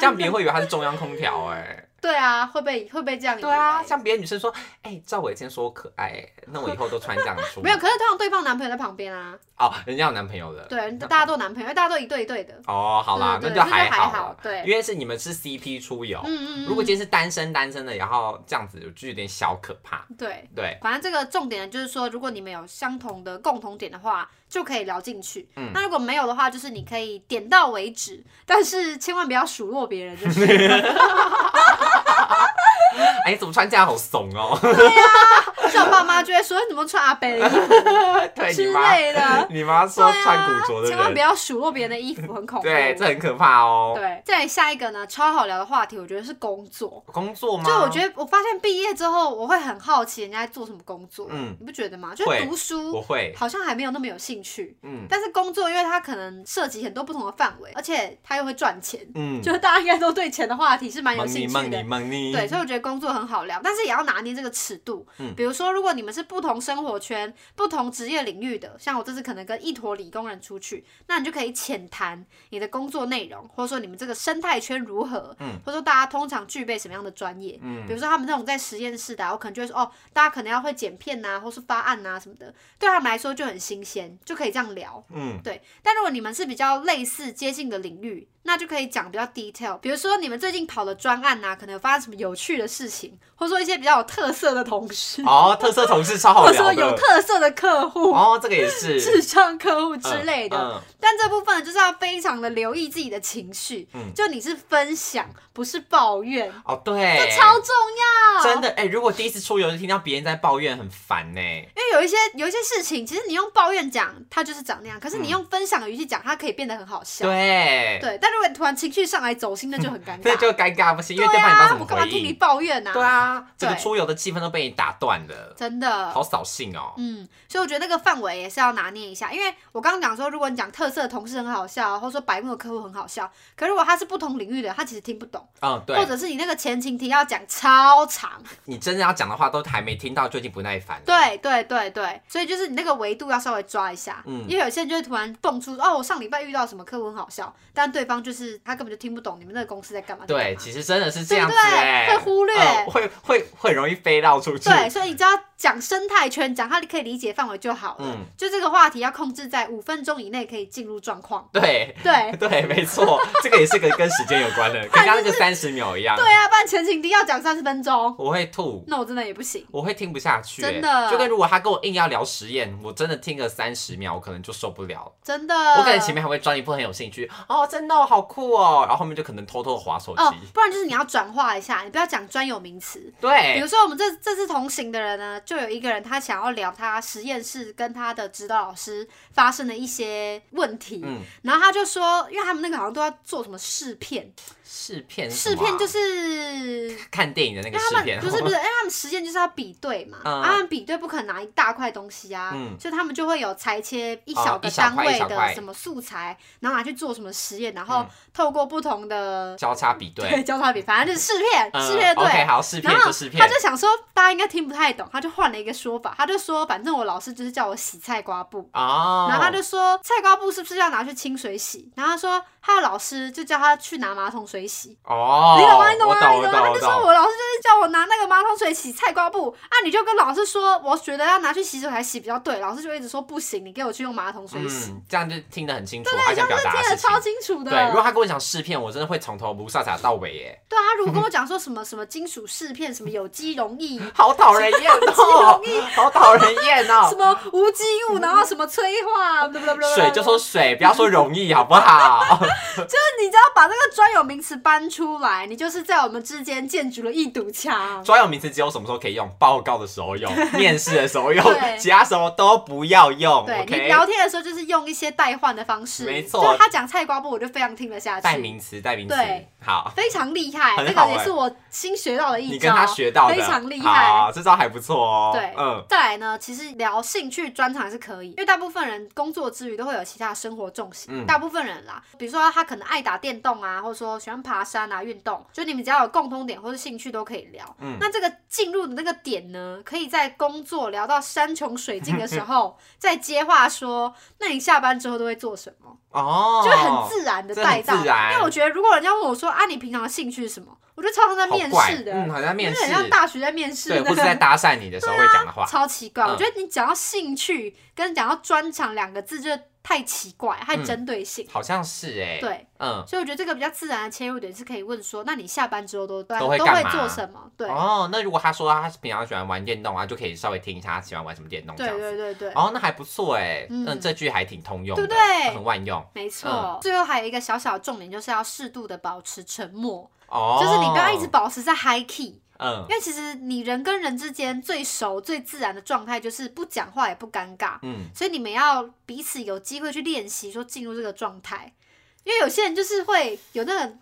[SPEAKER 1] 这样别人会以为他是中央空调哎、
[SPEAKER 2] 对啊，会被会被这样以为。
[SPEAKER 1] 对啊，像别的女生说，哎、赵伟今天说我可爱、哎那我以后都穿这样出门。
[SPEAKER 2] 没有，可是通常对方男朋友在旁边啊，
[SPEAKER 1] 哦，人家有男朋友的。
[SPEAKER 2] 对，大家都有男朋友，因为大家都一对一对的。
[SPEAKER 1] 哦，好啦，
[SPEAKER 2] 对对
[SPEAKER 1] 那就
[SPEAKER 2] 对那
[SPEAKER 1] 还
[SPEAKER 2] 就还
[SPEAKER 1] 好
[SPEAKER 2] 好对
[SPEAKER 1] 因为是你们是 CP 出游。
[SPEAKER 2] 嗯嗯嗯。
[SPEAKER 1] 如果今天是单身单身的，然后这样子就有点小可怕。
[SPEAKER 2] 对，
[SPEAKER 1] 对，
[SPEAKER 2] 反正这个重点就是说，如果你们有相同的共同点的话，就可以聊进去。
[SPEAKER 1] 嗯
[SPEAKER 2] 那如果没有的话，就是你可以点到为止，但是千万不要数落别人，就是。
[SPEAKER 1] 哎、你怎么穿这样好怂哦？
[SPEAKER 2] 像爸妈就会说你哎怎么穿阿北的衣服
[SPEAKER 1] 对你
[SPEAKER 2] 之
[SPEAKER 1] 妈，
[SPEAKER 2] 类的。
[SPEAKER 1] 你妈说
[SPEAKER 2] 对啊
[SPEAKER 1] 穿古着的
[SPEAKER 2] 千
[SPEAKER 1] 人，
[SPEAKER 2] 万不要数落别人的衣服，很恐怖。
[SPEAKER 1] 对，这很可怕哦。
[SPEAKER 2] 对，再来下一个呢，超好聊的话题，我觉得是工作。
[SPEAKER 1] 工作吗？
[SPEAKER 2] 就我觉得，我发现毕业之后，我会很好奇人家在做什么工作，
[SPEAKER 1] 嗯
[SPEAKER 2] 你不觉得吗？就是读
[SPEAKER 1] 我
[SPEAKER 2] 书
[SPEAKER 1] 会，
[SPEAKER 2] 好像还没有那么有兴趣，
[SPEAKER 1] 嗯
[SPEAKER 2] 但是工作，因为它可能涉及很多不同的范围，而且它又会赚钱，
[SPEAKER 1] 嗯，
[SPEAKER 2] 就是大家应该都对钱的话题是蛮有
[SPEAKER 1] 蒙
[SPEAKER 2] 兴
[SPEAKER 1] 你
[SPEAKER 2] 趣
[SPEAKER 1] 蒙你
[SPEAKER 2] 的。
[SPEAKER 1] 蒙你，
[SPEAKER 2] 对，所以我觉得工作很好聊，但是也要拿捏这个尺度。
[SPEAKER 1] 嗯
[SPEAKER 2] 比如说，如果你们是不同生活圈、不同职业领域的，像我这次可能跟一坨理工人出去，那你就可以浅谈你的工作内容，或者说你们这个生态圈如何，
[SPEAKER 1] 嗯
[SPEAKER 2] 或者说大家通常具备什么样的专业，比
[SPEAKER 1] 嗯，
[SPEAKER 2] 如说他们那种在实验室的、啊，我可能就会说哦，大家可能要会剪片呐、或是发案呐、什么的，对他们来说就很新鲜，就可以这样聊。
[SPEAKER 1] 嗯
[SPEAKER 2] 对，但如果你们是比较类似接近的领域，那就可以讲比较 detail，比如说你们最近跑的专案呐、可能有发生什么有趣的事情，或者说一些比较有特色的同事，
[SPEAKER 1] 哦，特色同事超好
[SPEAKER 2] 或者说
[SPEAKER 1] 聊
[SPEAKER 2] 有
[SPEAKER 1] 的。
[SPEAKER 2] 特色的客户、
[SPEAKER 1] 哦，这个也是
[SPEAKER 2] 智障客户之
[SPEAKER 1] 嗯
[SPEAKER 2] 类的。
[SPEAKER 1] 嗯
[SPEAKER 2] 但这部分就是要非常的留意自己的情绪，
[SPEAKER 1] 嗯
[SPEAKER 2] 就你是分享，不是抱怨，
[SPEAKER 1] 哦，对，
[SPEAKER 2] 这超啊重要。
[SPEAKER 1] 真的哎、如果第一次出游就听到别人在抱怨，很烦呢、
[SPEAKER 2] 因为有一些有一些事情，其实你用抱怨讲，它就是长那样；可是你
[SPEAKER 1] 嗯
[SPEAKER 2] 用分享的语气讲，它可以变得很好笑。
[SPEAKER 1] 对，
[SPEAKER 2] 对，但如果你突然情绪上来走心，那就 很尴尬。
[SPEAKER 1] 这就尴尬不行，因为
[SPEAKER 2] 对
[SPEAKER 1] 对方也不知道
[SPEAKER 2] 啊，
[SPEAKER 1] 怎么
[SPEAKER 2] 我干嘛
[SPEAKER 1] 回
[SPEAKER 2] 听你
[SPEAKER 1] 应。
[SPEAKER 2] 抱怨啊？
[SPEAKER 1] 对，啊，整个
[SPEAKER 2] 对
[SPEAKER 1] 出游的气氛都被你打断了，
[SPEAKER 2] 真的。
[SPEAKER 1] 好扫兴哦。
[SPEAKER 2] 嗯，所以我觉得那个范围也是要拿捏一下，因为我刚刚讲说，如果你讲特色的同事很好笑，或者说白目的客户很好笑，可如果他是不同领域的，他其实听不懂，
[SPEAKER 1] 嗯，
[SPEAKER 2] 或
[SPEAKER 1] 对，
[SPEAKER 2] 者是你那个前情提要讲超长，
[SPEAKER 1] 你真的要讲的话都还没听到，就已经不耐烦了。，
[SPEAKER 2] 对对对对，所以就是你那个维度要稍微抓一下，
[SPEAKER 1] 嗯
[SPEAKER 2] 因为有些人就会突然蹦出哦，我上礼拜遇到什么客户很好笑，但对方就是他根本就听不懂你们那个公司在干嘛，在
[SPEAKER 1] 对，
[SPEAKER 2] 干嘛
[SPEAKER 1] 其实真的是这
[SPEAKER 2] 对
[SPEAKER 1] 样
[SPEAKER 2] 不
[SPEAKER 1] 子
[SPEAKER 2] 对
[SPEAKER 1] 哎、
[SPEAKER 2] 会忽略
[SPEAKER 1] 嗯会会会容易飞绕出去。
[SPEAKER 2] 对，所以你只要讲生态圈，讲他可以理解范围就好了，
[SPEAKER 1] 嗯
[SPEAKER 2] 就这个话题要控制在五分钟以内可以进入状 况，
[SPEAKER 1] 对，
[SPEAKER 2] 对。
[SPEAKER 1] 对，没错， 这个也是个跟时间有关 的，跟刚刚那个三十秒一样。
[SPEAKER 2] 对啊，不然前情提要讲三十分钟，
[SPEAKER 1] 我会吐，
[SPEAKER 2] 那我真的也不行。
[SPEAKER 1] 我会听不下去、欸
[SPEAKER 2] 真的
[SPEAKER 1] 就跟如果他跟我硬要聊实验，我真的听个三十秒，我可能就受不了。
[SPEAKER 2] 真的。
[SPEAKER 1] 我可能前面还会装一副很有兴趣，哦，真的哦、好酷哦，然后后面就可能偷偷地划手机。
[SPEAKER 2] 哦，不然就是你要转化一下，你不要讲专有名词。比
[SPEAKER 1] 对
[SPEAKER 2] 如，说，我们这这次同行的人呢，就有一个人他想要聊他实验室跟他的指导老师发生的一些问题，
[SPEAKER 1] 嗯，
[SPEAKER 2] 然后他就说，因为他们那个好像都要做什么试片，
[SPEAKER 1] 试片是什
[SPEAKER 2] 试
[SPEAKER 1] 么啊
[SPEAKER 2] 片就是
[SPEAKER 1] 看电影的那
[SPEAKER 2] 因
[SPEAKER 1] 个
[SPEAKER 2] 为他
[SPEAKER 1] 试片，
[SPEAKER 2] 们不 是不是，因为他们实验就是要比对嘛，
[SPEAKER 1] 嗯
[SPEAKER 2] 啊，他们比对不可能拿一大块东西啊，
[SPEAKER 1] 嗯
[SPEAKER 2] 所以他们就会有裁切一
[SPEAKER 1] 哦
[SPEAKER 2] 小个
[SPEAKER 1] 一小
[SPEAKER 2] 单
[SPEAKER 1] 块
[SPEAKER 2] 位
[SPEAKER 1] 一小
[SPEAKER 2] 的
[SPEAKER 1] 块
[SPEAKER 2] 什么素材，然后拿去做什么实验，然后
[SPEAKER 1] 嗯
[SPEAKER 2] 透过不同的、
[SPEAKER 1] 交叉比对。
[SPEAKER 2] 对 交叉比，反正就是试片，
[SPEAKER 1] 嗯
[SPEAKER 2] 试片对。
[SPEAKER 1] OK，好，试片
[SPEAKER 2] 然后
[SPEAKER 1] 就试片
[SPEAKER 2] 他。就想说，大家应该听不太懂，他就换了一个说法，他就说，反正我老师就是叫我洗菜瓜布，
[SPEAKER 1] 哦，
[SPEAKER 2] 然后他就说，菜瓜布是不是要拿去清水洗？然后他说，他的老师就叫他去拿马桶水洗，
[SPEAKER 1] 哦，
[SPEAKER 2] 你懂吗？你懂
[SPEAKER 1] 我
[SPEAKER 2] 吗？
[SPEAKER 1] 懂，
[SPEAKER 2] 你
[SPEAKER 1] 我
[SPEAKER 2] 懂吗？
[SPEAKER 1] 懂，
[SPEAKER 2] 他
[SPEAKER 1] 我
[SPEAKER 2] 就说
[SPEAKER 1] 懂。
[SPEAKER 2] 我老师就是叫我拿那个马桶水洗菜瓜布啊，你就跟老师说，我觉得要拿去洗手台洗比较对，老师就一直说不行，你给我去用马桶水洗。
[SPEAKER 1] 嗯，这样就听得很清楚，他想表达
[SPEAKER 2] 听
[SPEAKER 1] 的
[SPEAKER 2] 得
[SPEAKER 1] 事情
[SPEAKER 2] 超。清楚的，
[SPEAKER 1] 对，如果他跟我讲试片，我真的会从头不飒飒到尾 耶，
[SPEAKER 2] 对啊，他如果跟我讲说什么什么金属饰片，什么有机溶液，
[SPEAKER 1] 好讨人厌哦，好讨人厌
[SPEAKER 2] 什
[SPEAKER 1] 哦。
[SPEAKER 2] 么无机物，然后什么催化，不不不，
[SPEAKER 1] 水就说水，不要说容易，好不好？
[SPEAKER 2] 那你只要把那个专有名词搬出来，你就是在我们之间建筑了一堵墙。
[SPEAKER 1] 专有名词只有什么时候可以用，报告的时候 用，面试的时候用
[SPEAKER 2] 对，
[SPEAKER 1] 其他时候都不要用。
[SPEAKER 2] 对你
[SPEAKER 1] OK，
[SPEAKER 2] 聊天的时候就是用一些代换的方式，
[SPEAKER 1] 没错
[SPEAKER 2] 就是他讲菜瓜布，我就非常听得下去。
[SPEAKER 1] 代名词，代名词
[SPEAKER 2] 对，
[SPEAKER 1] 好。
[SPEAKER 2] 非常厉害，
[SPEAKER 1] 很
[SPEAKER 2] 这
[SPEAKER 1] 好
[SPEAKER 2] 个也
[SPEAKER 1] 欸
[SPEAKER 2] 是我新学到的一招，
[SPEAKER 1] 你跟他学到的
[SPEAKER 2] 非常厉害。
[SPEAKER 1] 好这招还不错哦。
[SPEAKER 2] 对
[SPEAKER 1] 嗯，
[SPEAKER 2] 再来呢，其实聊兴趣专长也是可以，因为大部分人工作之余都会有其他生活重心。
[SPEAKER 1] 嗯
[SPEAKER 2] 大部分人啦，比如说他可能爱打电动啊，或者说喜欢爬山啊，运动，就你们只要有共通点或是兴趣都可以聊。
[SPEAKER 1] 嗯
[SPEAKER 2] 那这个进入的那个点呢，可以在工作聊到山穷水尽的 时候，再接话说，那你下班之后都会做什么？
[SPEAKER 1] 哦，
[SPEAKER 2] 就很自然的
[SPEAKER 1] 这
[SPEAKER 2] 带
[SPEAKER 1] 很
[SPEAKER 2] 到。
[SPEAKER 1] 自然
[SPEAKER 2] 因为我觉得如果人家问我说啊，你平常的兴趣是什么，我就超常在面
[SPEAKER 1] 好怪
[SPEAKER 2] 试的，
[SPEAKER 1] 嗯，好像面
[SPEAKER 2] 有
[SPEAKER 1] 试
[SPEAKER 2] 点，像大学在面试
[SPEAKER 1] 对，
[SPEAKER 2] 那
[SPEAKER 1] 或是在
[SPEAKER 2] 个。
[SPEAKER 1] 搭讪你的时候会讲的话，
[SPEAKER 2] 超奇怪，
[SPEAKER 1] 嗯
[SPEAKER 2] 我觉得你讲到兴趣跟讲到专长两个字，就太奇怪，太
[SPEAKER 1] 嗯
[SPEAKER 2] 针对性。
[SPEAKER 1] 好像是哎，，
[SPEAKER 2] 啊对，
[SPEAKER 1] 嗯，
[SPEAKER 2] 所以我觉得这个比较自然的切入点是可以问说，那你下班之后都都
[SPEAKER 1] 都会
[SPEAKER 2] 都
[SPEAKER 1] 干
[SPEAKER 2] 会
[SPEAKER 1] 嘛
[SPEAKER 2] 做什么？对，
[SPEAKER 1] 哦，那如果他说他平常喜欢玩电动啊，就可以稍微听一下他喜欢玩什么电动这
[SPEAKER 2] 对
[SPEAKER 1] 样子。
[SPEAKER 2] 对对对，
[SPEAKER 1] 哦，那还不错哎，
[SPEAKER 2] 嗯
[SPEAKER 1] 嗯，这句还挺通用的，
[SPEAKER 2] 对不对
[SPEAKER 1] 很万用
[SPEAKER 2] 没
[SPEAKER 1] 嗯
[SPEAKER 2] 错。最后还有一个小小的重点，就是要适度的保持沉默，
[SPEAKER 1] 哦，
[SPEAKER 2] 就是你不要一直，保持在 high key。
[SPEAKER 1] 嗯
[SPEAKER 2] 因为其实你人跟人之间最熟、最自然的状态就是不讲话也不尴尬，
[SPEAKER 1] 嗯，
[SPEAKER 2] 所以你们要彼此有机会去练习，说进入这个状态。因为有些人就是会有那种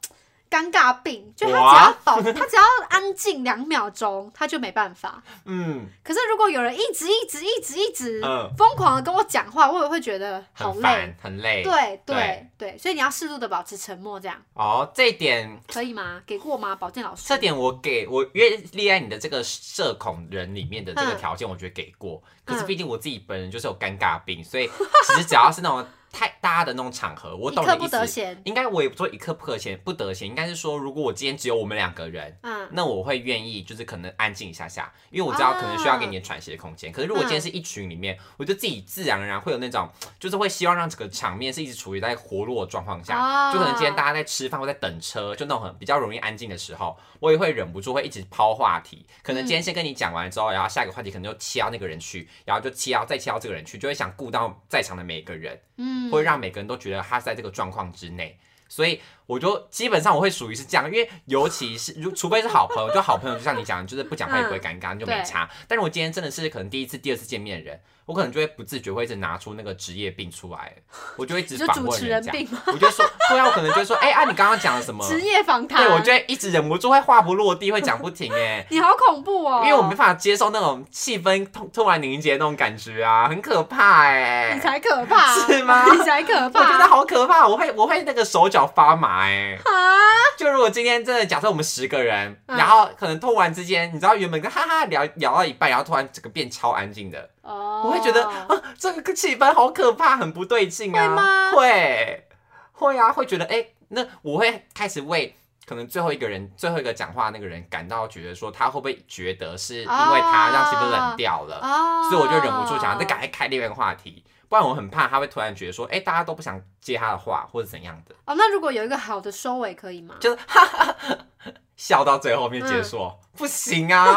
[SPEAKER 2] 尴尬病，就他只要
[SPEAKER 1] 哇
[SPEAKER 2] 保，他只要安静两秒钟，他就没办法。
[SPEAKER 1] 嗯
[SPEAKER 2] 可是如果有人一直、一直、一直、一直
[SPEAKER 1] 嗯
[SPEAKER 2] 疯狂的跟我讲话，我也会觉得好
[SPEAKER 1] 很
[SPEAKER 2] 累
[SPEAKER 1] 烦。，很累。
[SPEAKER 2] 对对
[SPEAKER 1] 对
[SPEAKER 2] 对，所以你要适度的保持沉默，这样
[SPEAKER 1] 哦，这一点，
[SPEAKER 2] 可以吗？给过吗，保健老师？
[SPEAKER 1] 这点我给我，因为立在你的这个社恐人里面的
[SPEAKER 2] 嗯
[SPEAKER 1] 这个条件，我觉得给过。可是毕竟我自己本人就是有尴尬病，所以其实只要是那种太大家的那种场合，我
[SPEAKER 2] 一
[SPEAKER 1] 懂
[SPEAKER 2] 刻
[SPEAKER 1] 你
[SPEAKER 2] 不
[SPEAKER 1] 意
[SPEAKER 2] 得
[SPEAKER 1] 思。
[SPEAKER 2] 闲。
[SPEAKER 1] 应该我也不说一刻不得闲，不得闲，应该是说，如果我今天只有我们两个人，
[SPEAKER 2] 嗯，
[SPEAKER 1] 那我会愿意就是可能安静一下下，因为我知道可能需要给你喘息的空
[SPEAKER 2] 嗯
[SPEAKER 1] 间。可是如果今天是一群里面，我就自己自然而然会有那种，就是会希望让整个场面是一直处于在活络的状况下。
[SPEAKER 2] 哦
[SPEAKER 1] 就可能今天大家在吃饭或在等车，就那种很比较容易安静的时候，我也会忍不住会一直抛话题。可能今天先跟你讲完之后，然后下一个话题可能就切到那个人去，然后就切到再切到这个人去，就会想顾到在场的每一个人，
[SPEAKER 2] 嗯
[SPEAKER 1] 会让每个人都觉得他是在这个状况之内。所以我就基本上我会属于是这样，因为尤其是如除非是好朋友，就好朋友就像你讲的，就是不讲话
[SPEAKER 2] 嗯
[SPEAKER 1] 也不会尴尬，就没差。但是我今天真的是可能第一次、第二次见面的人，我可能就会不自觉会一直拿出那个职业病出来，我就会一直
[SPEAKER 2] 就
[SPEAKER 1] 访
[SPEAKER 2] 主
[SPEAKER 1] 问
[SPEAKER 2] 持人
[SPEAKER 1] 家，
[SPEAKER 2] 病吗？
[SPEAKER 1] 我就会说，对啊，我可能就会说，哎、啊，你刚刚讲了什么？
[SPEAKER 2] 职业啊访谈，
[SPEAKER 1] 对，我就会一直忍不住会话不落地，会讲不停哎、
[SPEAKER 2] 你好恐怖 哦，
[SPEAKER 1] 因为我没办法接受那种气氛突突然凝结那种感觉啊，很可怕哎、
[SPEAKER 2] 你才可怕，
[SPEAKER 1] 是吗
[SPEAKER 2] 你才可
[SPEAKER 1] 我觉得
[SPEAKER 2] 怕，
[SPEAKER 1] 好可怕，我会我会那个手脚发麻哎、
[SPEAKER 2] 啊，
[SPEAKER 1] 就如果今天真的假设我们十个人，
[SPEAKER 2] 嗯
[SPEAKER 1] 然后可能突然之间，你知道原本跟哈哈聊聊到一半，然后突然整个变超安静的，
[SPEAKER 2] 哦
[SPEAKER 1] 我会觉得啊，这个气氛好可怕，很不对劲啊。
[SPEAKER 2] 会吗
[SPEAKER 1] 会，会啊，会觉得哎、那我会开始为可能最后一个人、最后一个讲话那个人感到觉得说，他会不会觉得是因为
[SPEAKER 2] 啊
[SPEAKER 1] 他让气氛冷掉了，
[SPEAKER 2] 哦，
[SPEAKER 1] 啊所以我就忍不住想要再赶快开另外一个话题。不然我很怕他会突然觉得说，哎、大家都不想接他的话，或者怎样的，
[SPEAKER 2] 哦，那如果有一个好的收尾可以吗？
[SPEAKER 1] 就是哈哈哈笑到最后面
[SPEAKER 2] 嗯
[SPEAKER 1] 结束，哦不行 啊，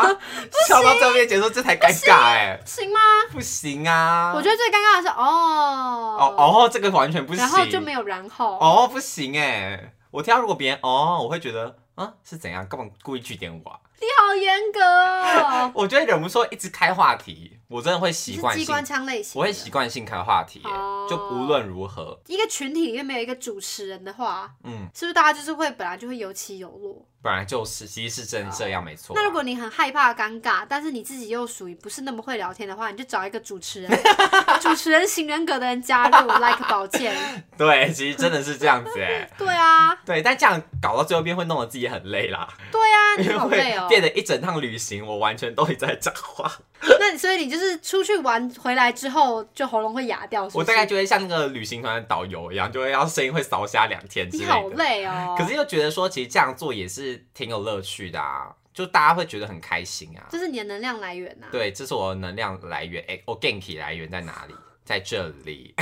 [SPEAKER 1] 笑到最后面结束这才尴尬哎、
[SPEAKER 2] 行吗？
[SPEAKER 1] 不行啊，
[SPEAKER 2] 我觉得最尴尬的是哦
[SPEAKER 1] 哦，哦，这个完全不行。
[SPEAKER 2] 然后就没有然后，
[SPEAKER 1] 哦，不行哎！我听到如果别人哦，我会觉得啊是怎样，干嘛故意据点我、啊？，
[SPEAKER 2] 你好严格哦
[SPEAKER 1] 我觉得忍不住一直开话题，我真的会习
[SPEAKER 2] 你
[SPEAKER 1] 惯
[SPEAKER 2] 是机
[SPEAKER 1] 性
[SPEAKER 2] 关，枪类型的，
[SPEAKER 1] 我会习惯性开话题耶、
[SPEAKER 2] 哦
[SPEAKER 1] 就无论如何，
[SPEAKER 2] 一个群体里面没有一个主持人的话，
[SPEAKER 1] 嗯，
[SPEAKER 2] 是不是大家就是会本来就会有起有落？
[SPEAKER 1] 本来就是，其实是真的这样，没错啊。
[SPEAKER 2] 那如果你很害怕尴尬，但是你自己又属于不是那么会聊天的话，你就找一个主持人， 主持人型人格的人加入，like 宝剑。
[SPEAKER 1] 对，其实真的是这样子哎、
[SPEAKER 2] 对啊，
[SPEAKER 1] 对，但这样搞到最后边会弄得自己很累啦，
[SPEAKER 2] 对啊，你
[SPEAKER 1] 因为
[SPEAKER 2] 好累哦
[SPEAKER 1] 会。变得一整趟旅行，我完全都一直在讲话。
[SPEAKER 2] 那你所以你就是出去玩回来之后，就喉咙会哑掉，是不
[SPEAKER 1] 我
[SPEAKER 2] 是
[SPEAKER 1] 大概就会像那个旅行团的导游一样，就会要声音会烧瞎两天之
[SPEAKER 2] 你
[SPEAKER 1] 类
[SPEAKER 2] 好
[SPEAKER 1] 的。
[SPEAKER 2] 累哦。
[SPEAKER 1] 可是又觉得说，其实这样做也是挺有乐趣的啊，就大家会觉得很开心啊。
[SPEAKER 2] 这是你的能量来源啊呐、
[SPEAKER 1] 对，这啊是我的能量来源，哎、我 ganky 来源在哪里？在这里。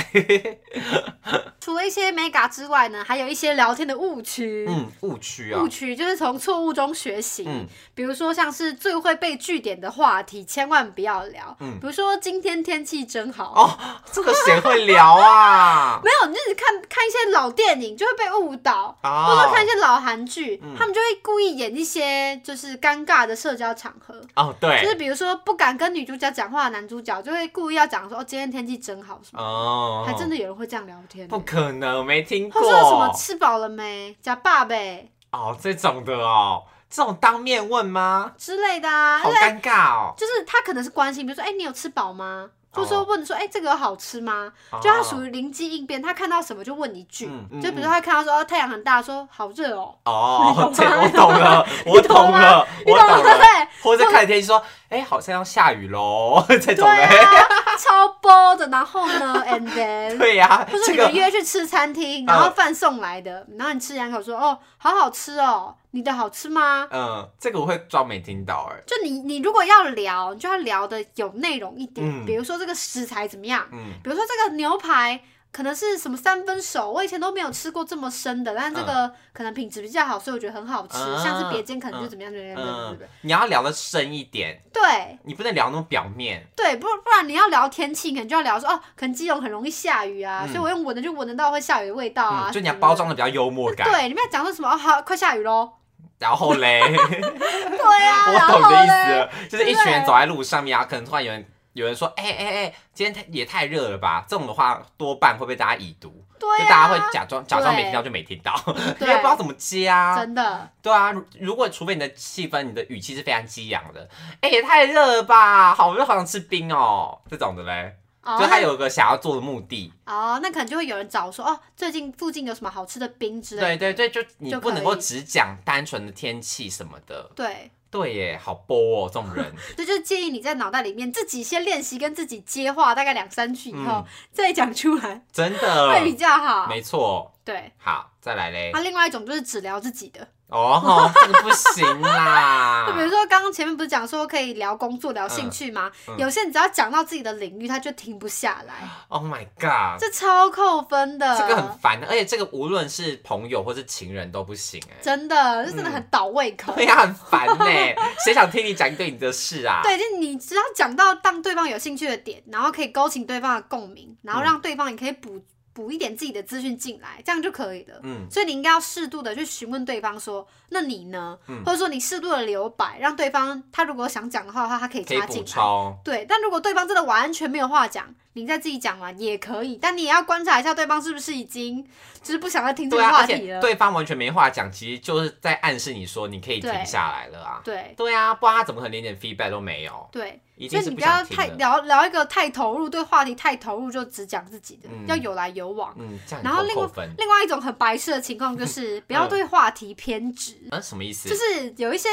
[SPEAKER 2] 除了一些 mega 之外呢，还有一些聊天的误区。
[SPEAKER 1] 嗯，误区啊
[SPEAKER 2] 误。区就是从错误中学习，
[SPEAKER 1] 嗯
[SPEAKER 2] 比如说像是最会被据点的话题，千万不要聊。
[SPEAKER 1] 嗯
[SPEAKER 2] 比如说今天天气真好，
[SPEAKER 1] 哦，这个谁会聊 啊？
[SPEAKER 2] 没有，你就是看看一些老电影就会被误导，
[SPEAKER 1] 啊、
[SPEAKER 2] 或者说看一些老韩剧，
[SPEAKER 1] 嗯
[SPEAKER 2] 他们就会故意演一些就是尴尬的社交场合，
[SPEAKER 1] 哦，对，
[SPEAKER 2] 就是比如说不敢跟女主角讲话的男主角就会故意要讲说哦今天天气真好什么，
[SPEAKER 1] 哦，
[SPEAKER 2] 还真的有人会这样聊天、
[SPEAKER 1] 不可能，没听
[SPEAKER 2] 或
[SPEAKER 1] 过。
[SPEAKER 2] 者说什么吃饱了没，假爸呗
[SPEAKER 1] 哦，这种的哦，这种当面问吗？
[SPEAKER 2] 之类的啊，
[SPEAKER 1] 好尴尬哦。
[SPEAKER 2] 就是他可能是关心，比如说哎、你有吃饱吗？或者说问说，哎、这个好吃吗？
[SPEAKER 1] 哦
[SPEAKER 2] 就他属于灵机应变，他看到什么就问一句，
[SPEAKER 1] 嗯嗯
[SPEAKER 2] 就比如说他看到说、哦、太阳很大，说好热哦，
[SPEAKER 1] 哦，
[SPEAKER 2] 你
[SPEAKER 1] 这
[SPEAKER 2] 懂吗
[SPEAKER 1] 我懂了，我
[SPEAKER 2] 懂吗
[SPEAKER 1] 了，
[SPEAKER 2] 你
[SPEAKER 1] 我
[SPEAKER 2] 懂吗
[SPEAKER 1] 懂
[SPEAKER 2] 对不
[SPEAKER 1] 了。
[SPEAKER 2] 对？
[SPEAKER 1] 或者看着天气说，哎、好像要下雨喽， 这种
[SPEAKER 2] 对
[SPEAKER 1] 的。
[SPEAKER 2] 啊，超包的。然后 呢，and then，
[SPEAKER 1] 对呀、
[SPEAKER 2] 或者
[SPEAKER 1] 这
[SPEAKER 2] 你
[SPEAKER 1] 个
[SPEAKER 2] 们
[SPEAKER 1] 啊
[SPEAKER 2] 约去吃餐厅，然后饭送来的，然后你吃两口说，哦，好好吃哦，你的好吃吗？
[SPEAKER 1] 嗯，这个我会装没听到哎、
[SPEAKER 2] 就你你如果要聊，你就要聊的有内容一点，
[SPEAKER 1] 嗯
[SPEAKER 2] 比如说这个食材怎么样，
[SPEAKER 1] 嗯，
[SPEAKER 2] 比如说这个牛排。可能是什么三分熟，我以前都没有吃过这么生的，但这个可能品质比较好，所以我觉得很好吃。
[SPEAKER 1] 啊
[SPEAKER 2] 像是别间可能就怎么样怎么样怎么样，对不对？
[SPEAKER 1] 嗯你要聊的深一点，
[SPEAKER 2] 对，
[SPEAKER 1] 你不能聊那么表面。
[SPEAKER 2] 对，不不然你要聊天气，可能就要聊说哦，可能基隆很容易下雨啊，
[SPEAKER 1] 嗯
[SPEAKER 2] 所以我用闻的就闻得到会下雨的味道啊，
[SPEAKER 1] 嗯，就你要
[SPEAKER 2] 什么的
[SPEAKER 1] 包。装的比较幽默感，
[SPEAKER 2] 对，你们要讲说什么？哦，好，快下 雨喽。
[SPEAKER 1] 然后嘞，
[SPEAKER 2] 对啊，
[SPEAKER 1] 我
[SPEAKER 2] 然后
[SPEAKER 1] 懂你的意思
[SPEAKER 2] 嘞，
[SPEAKER 1] 了，就是一群人走在路上面，然啊后可能突然有人有人说，哎哎哎，今天太也太热了吧，这种的话多半会被大家已读，
[SPEAKER 2] 对
[SPEAKER 1] 就
[SPEAKER 2] 啊，
[SPEAKER 1] 大家会假装假装没
[SPEAKER 2] 对
[SPEAKER 1] 听到就没听到， 因
[SPEAKER 2] 对
[SPEAKER 1] 为不知道怎么接啊。
[SPEAKER 2] 真的
[SPEAKER 1] 对啊，如如果除非你的气氛、你的语气是非常激昂的，哎、也太热了吧，好热，好想吃冰哦，这种的嘞，
[SPEAKER 2] 哦，
[SPEAKER 1] 就他
[SPEAKER 2] 那
[SPEAKER 1] 有个想要做的目的。
[SPEAKER 2] 哦，那可能就会有人找说哦，最近附近有什么好吃的冰之类的。
[SPEAKER 1] 对对对，就你
[SPEAKER 2] 就
[SPEAKER 1] 不
[SPEAKER 2] 可
[SPEAKER 1] 能够
[SPEAKER 2] 以
[SPEAKER 1] 只讲单纯的天气什么的。
[SPEAKER 2] 对，
[SPEAKER 1] 对耶，好波哦，这种人。
[SPEAKER 2] 所以就是建议你在脑袋里面自己先练习跟自己接话，大概两三句以后、再讲出来
[SPEAKER 1] 真
[SPEAKER 2] 会比
[SPEAKER 1] 的，
[SPEAKER 2] 较好。
[SPEAKER 1] 嗯没错。
[SPEAKER 2] 对，
[SPEAKER 1] 好，再来嘞
[SPEAKER 2] 那、。另外一种就是只聊自己的，
[SPEAKER 1] 哦，这个不行
[SPEAKER 2] 就比如
[SPEAKER 1] 啦。
[SPEAKER 2] 说刚刚前面不是讲说可以聊工作、聊兴趣吗？
[SPEAKER 1] 啊嗯嗯
[SPEAKER 2] 有些人只要讲到自己的领域，他就停不下来，
[SPEAKER 1] Oh my god，
[SPEAKER 2] 这超扣分的。
[SPEAKER 1] 这个很烦，而且这个无论是朋友或是情人都不行哎。
[SPEAKER 2] 真的，这真的很倒胃口。
[SPEAKER 1] 对啊呀，很烦 呢。谁想听你讲一堆你的事啊？
[SPEAKER 2] 对，就是你只要讲到让对方有兴趣的点，然后可以勾起对方的共鸣，然后
[SPEAKER 1] 嗯
[SPEAKER 2] 让对方也可以补补一点自己的资讯进来，这样就可以了。
[SPEAKER 1] 嗯，
[SPEAKER 2] 所以你应该要适度的去询问对方说，那你呢？
[SPEAKER 1] 嗯
[SPEAKER 2] 或者说你适度的留白，让对方他如果想讲的话的话，他可以
[SPEAKER 1] 可以
[SPEAKER 2] 插
[SPEAKER 1] 补
[SPEAKER 2] 进来。
[SPEAKER 1] 充。
[SPEAKER 2] 对，但如果对方真的完全没有话讲，你再自己讲完也可以，但你也要观察一下对方是不是已经就是不想再听这
[SPEAKER 1] 对
[SPEAKER 2] 个
[SPEAKER 1] 啊，
[SPEAKER 2] 话
[SPEAKER 1] 而
[SPEAKER 2] 题
[SPEAKER 1] 且
[SPEAKER 2] 了。
[SPEAKER 1] 对方完全没话讲，其实就是在暗示你说你可以停下来了啊。
[SPEAKER 2] 对
[SPEAKER 1] 对啊，不然他怎么可能连点 feedback 都没有？
[SPEAKER 2] 对，
[SPEAKER 1] 一
[SPEAKER 2] 就
[SPEAKER 1] 定
[SPEAKER 2] 是
[SPEAKER 1] 是
[SPEAKER 2] 你
[SPEAKER 1] 不
[SPEAKER 2] 不要
[SPEAKER 1] 想
[SPEAKER 2] 太
[SPEAKER 1] 听的。
[SPEAKER 2] 聊聊一个太投入，对话题太投入就只讲自己的，
[SPEAKER 1] 嗯
[SPEAKER 2] 要有来有往。
[SPEAKER 1] 嗯，这样
[SPEAKER 2] 然后
[SPEAKER 1] 很
[SPEAKER 2] 另
[SPEAKER 1] 扣
[SPEAKER 2] 外
[SPEAKER 1] 分。
[SPEAKER 2] 另外一种很白痴的情况 就是不要对话题偏执，
[SPEAKER 1] 嗯，什么意思？
[SPEAKER 2] 就是有一些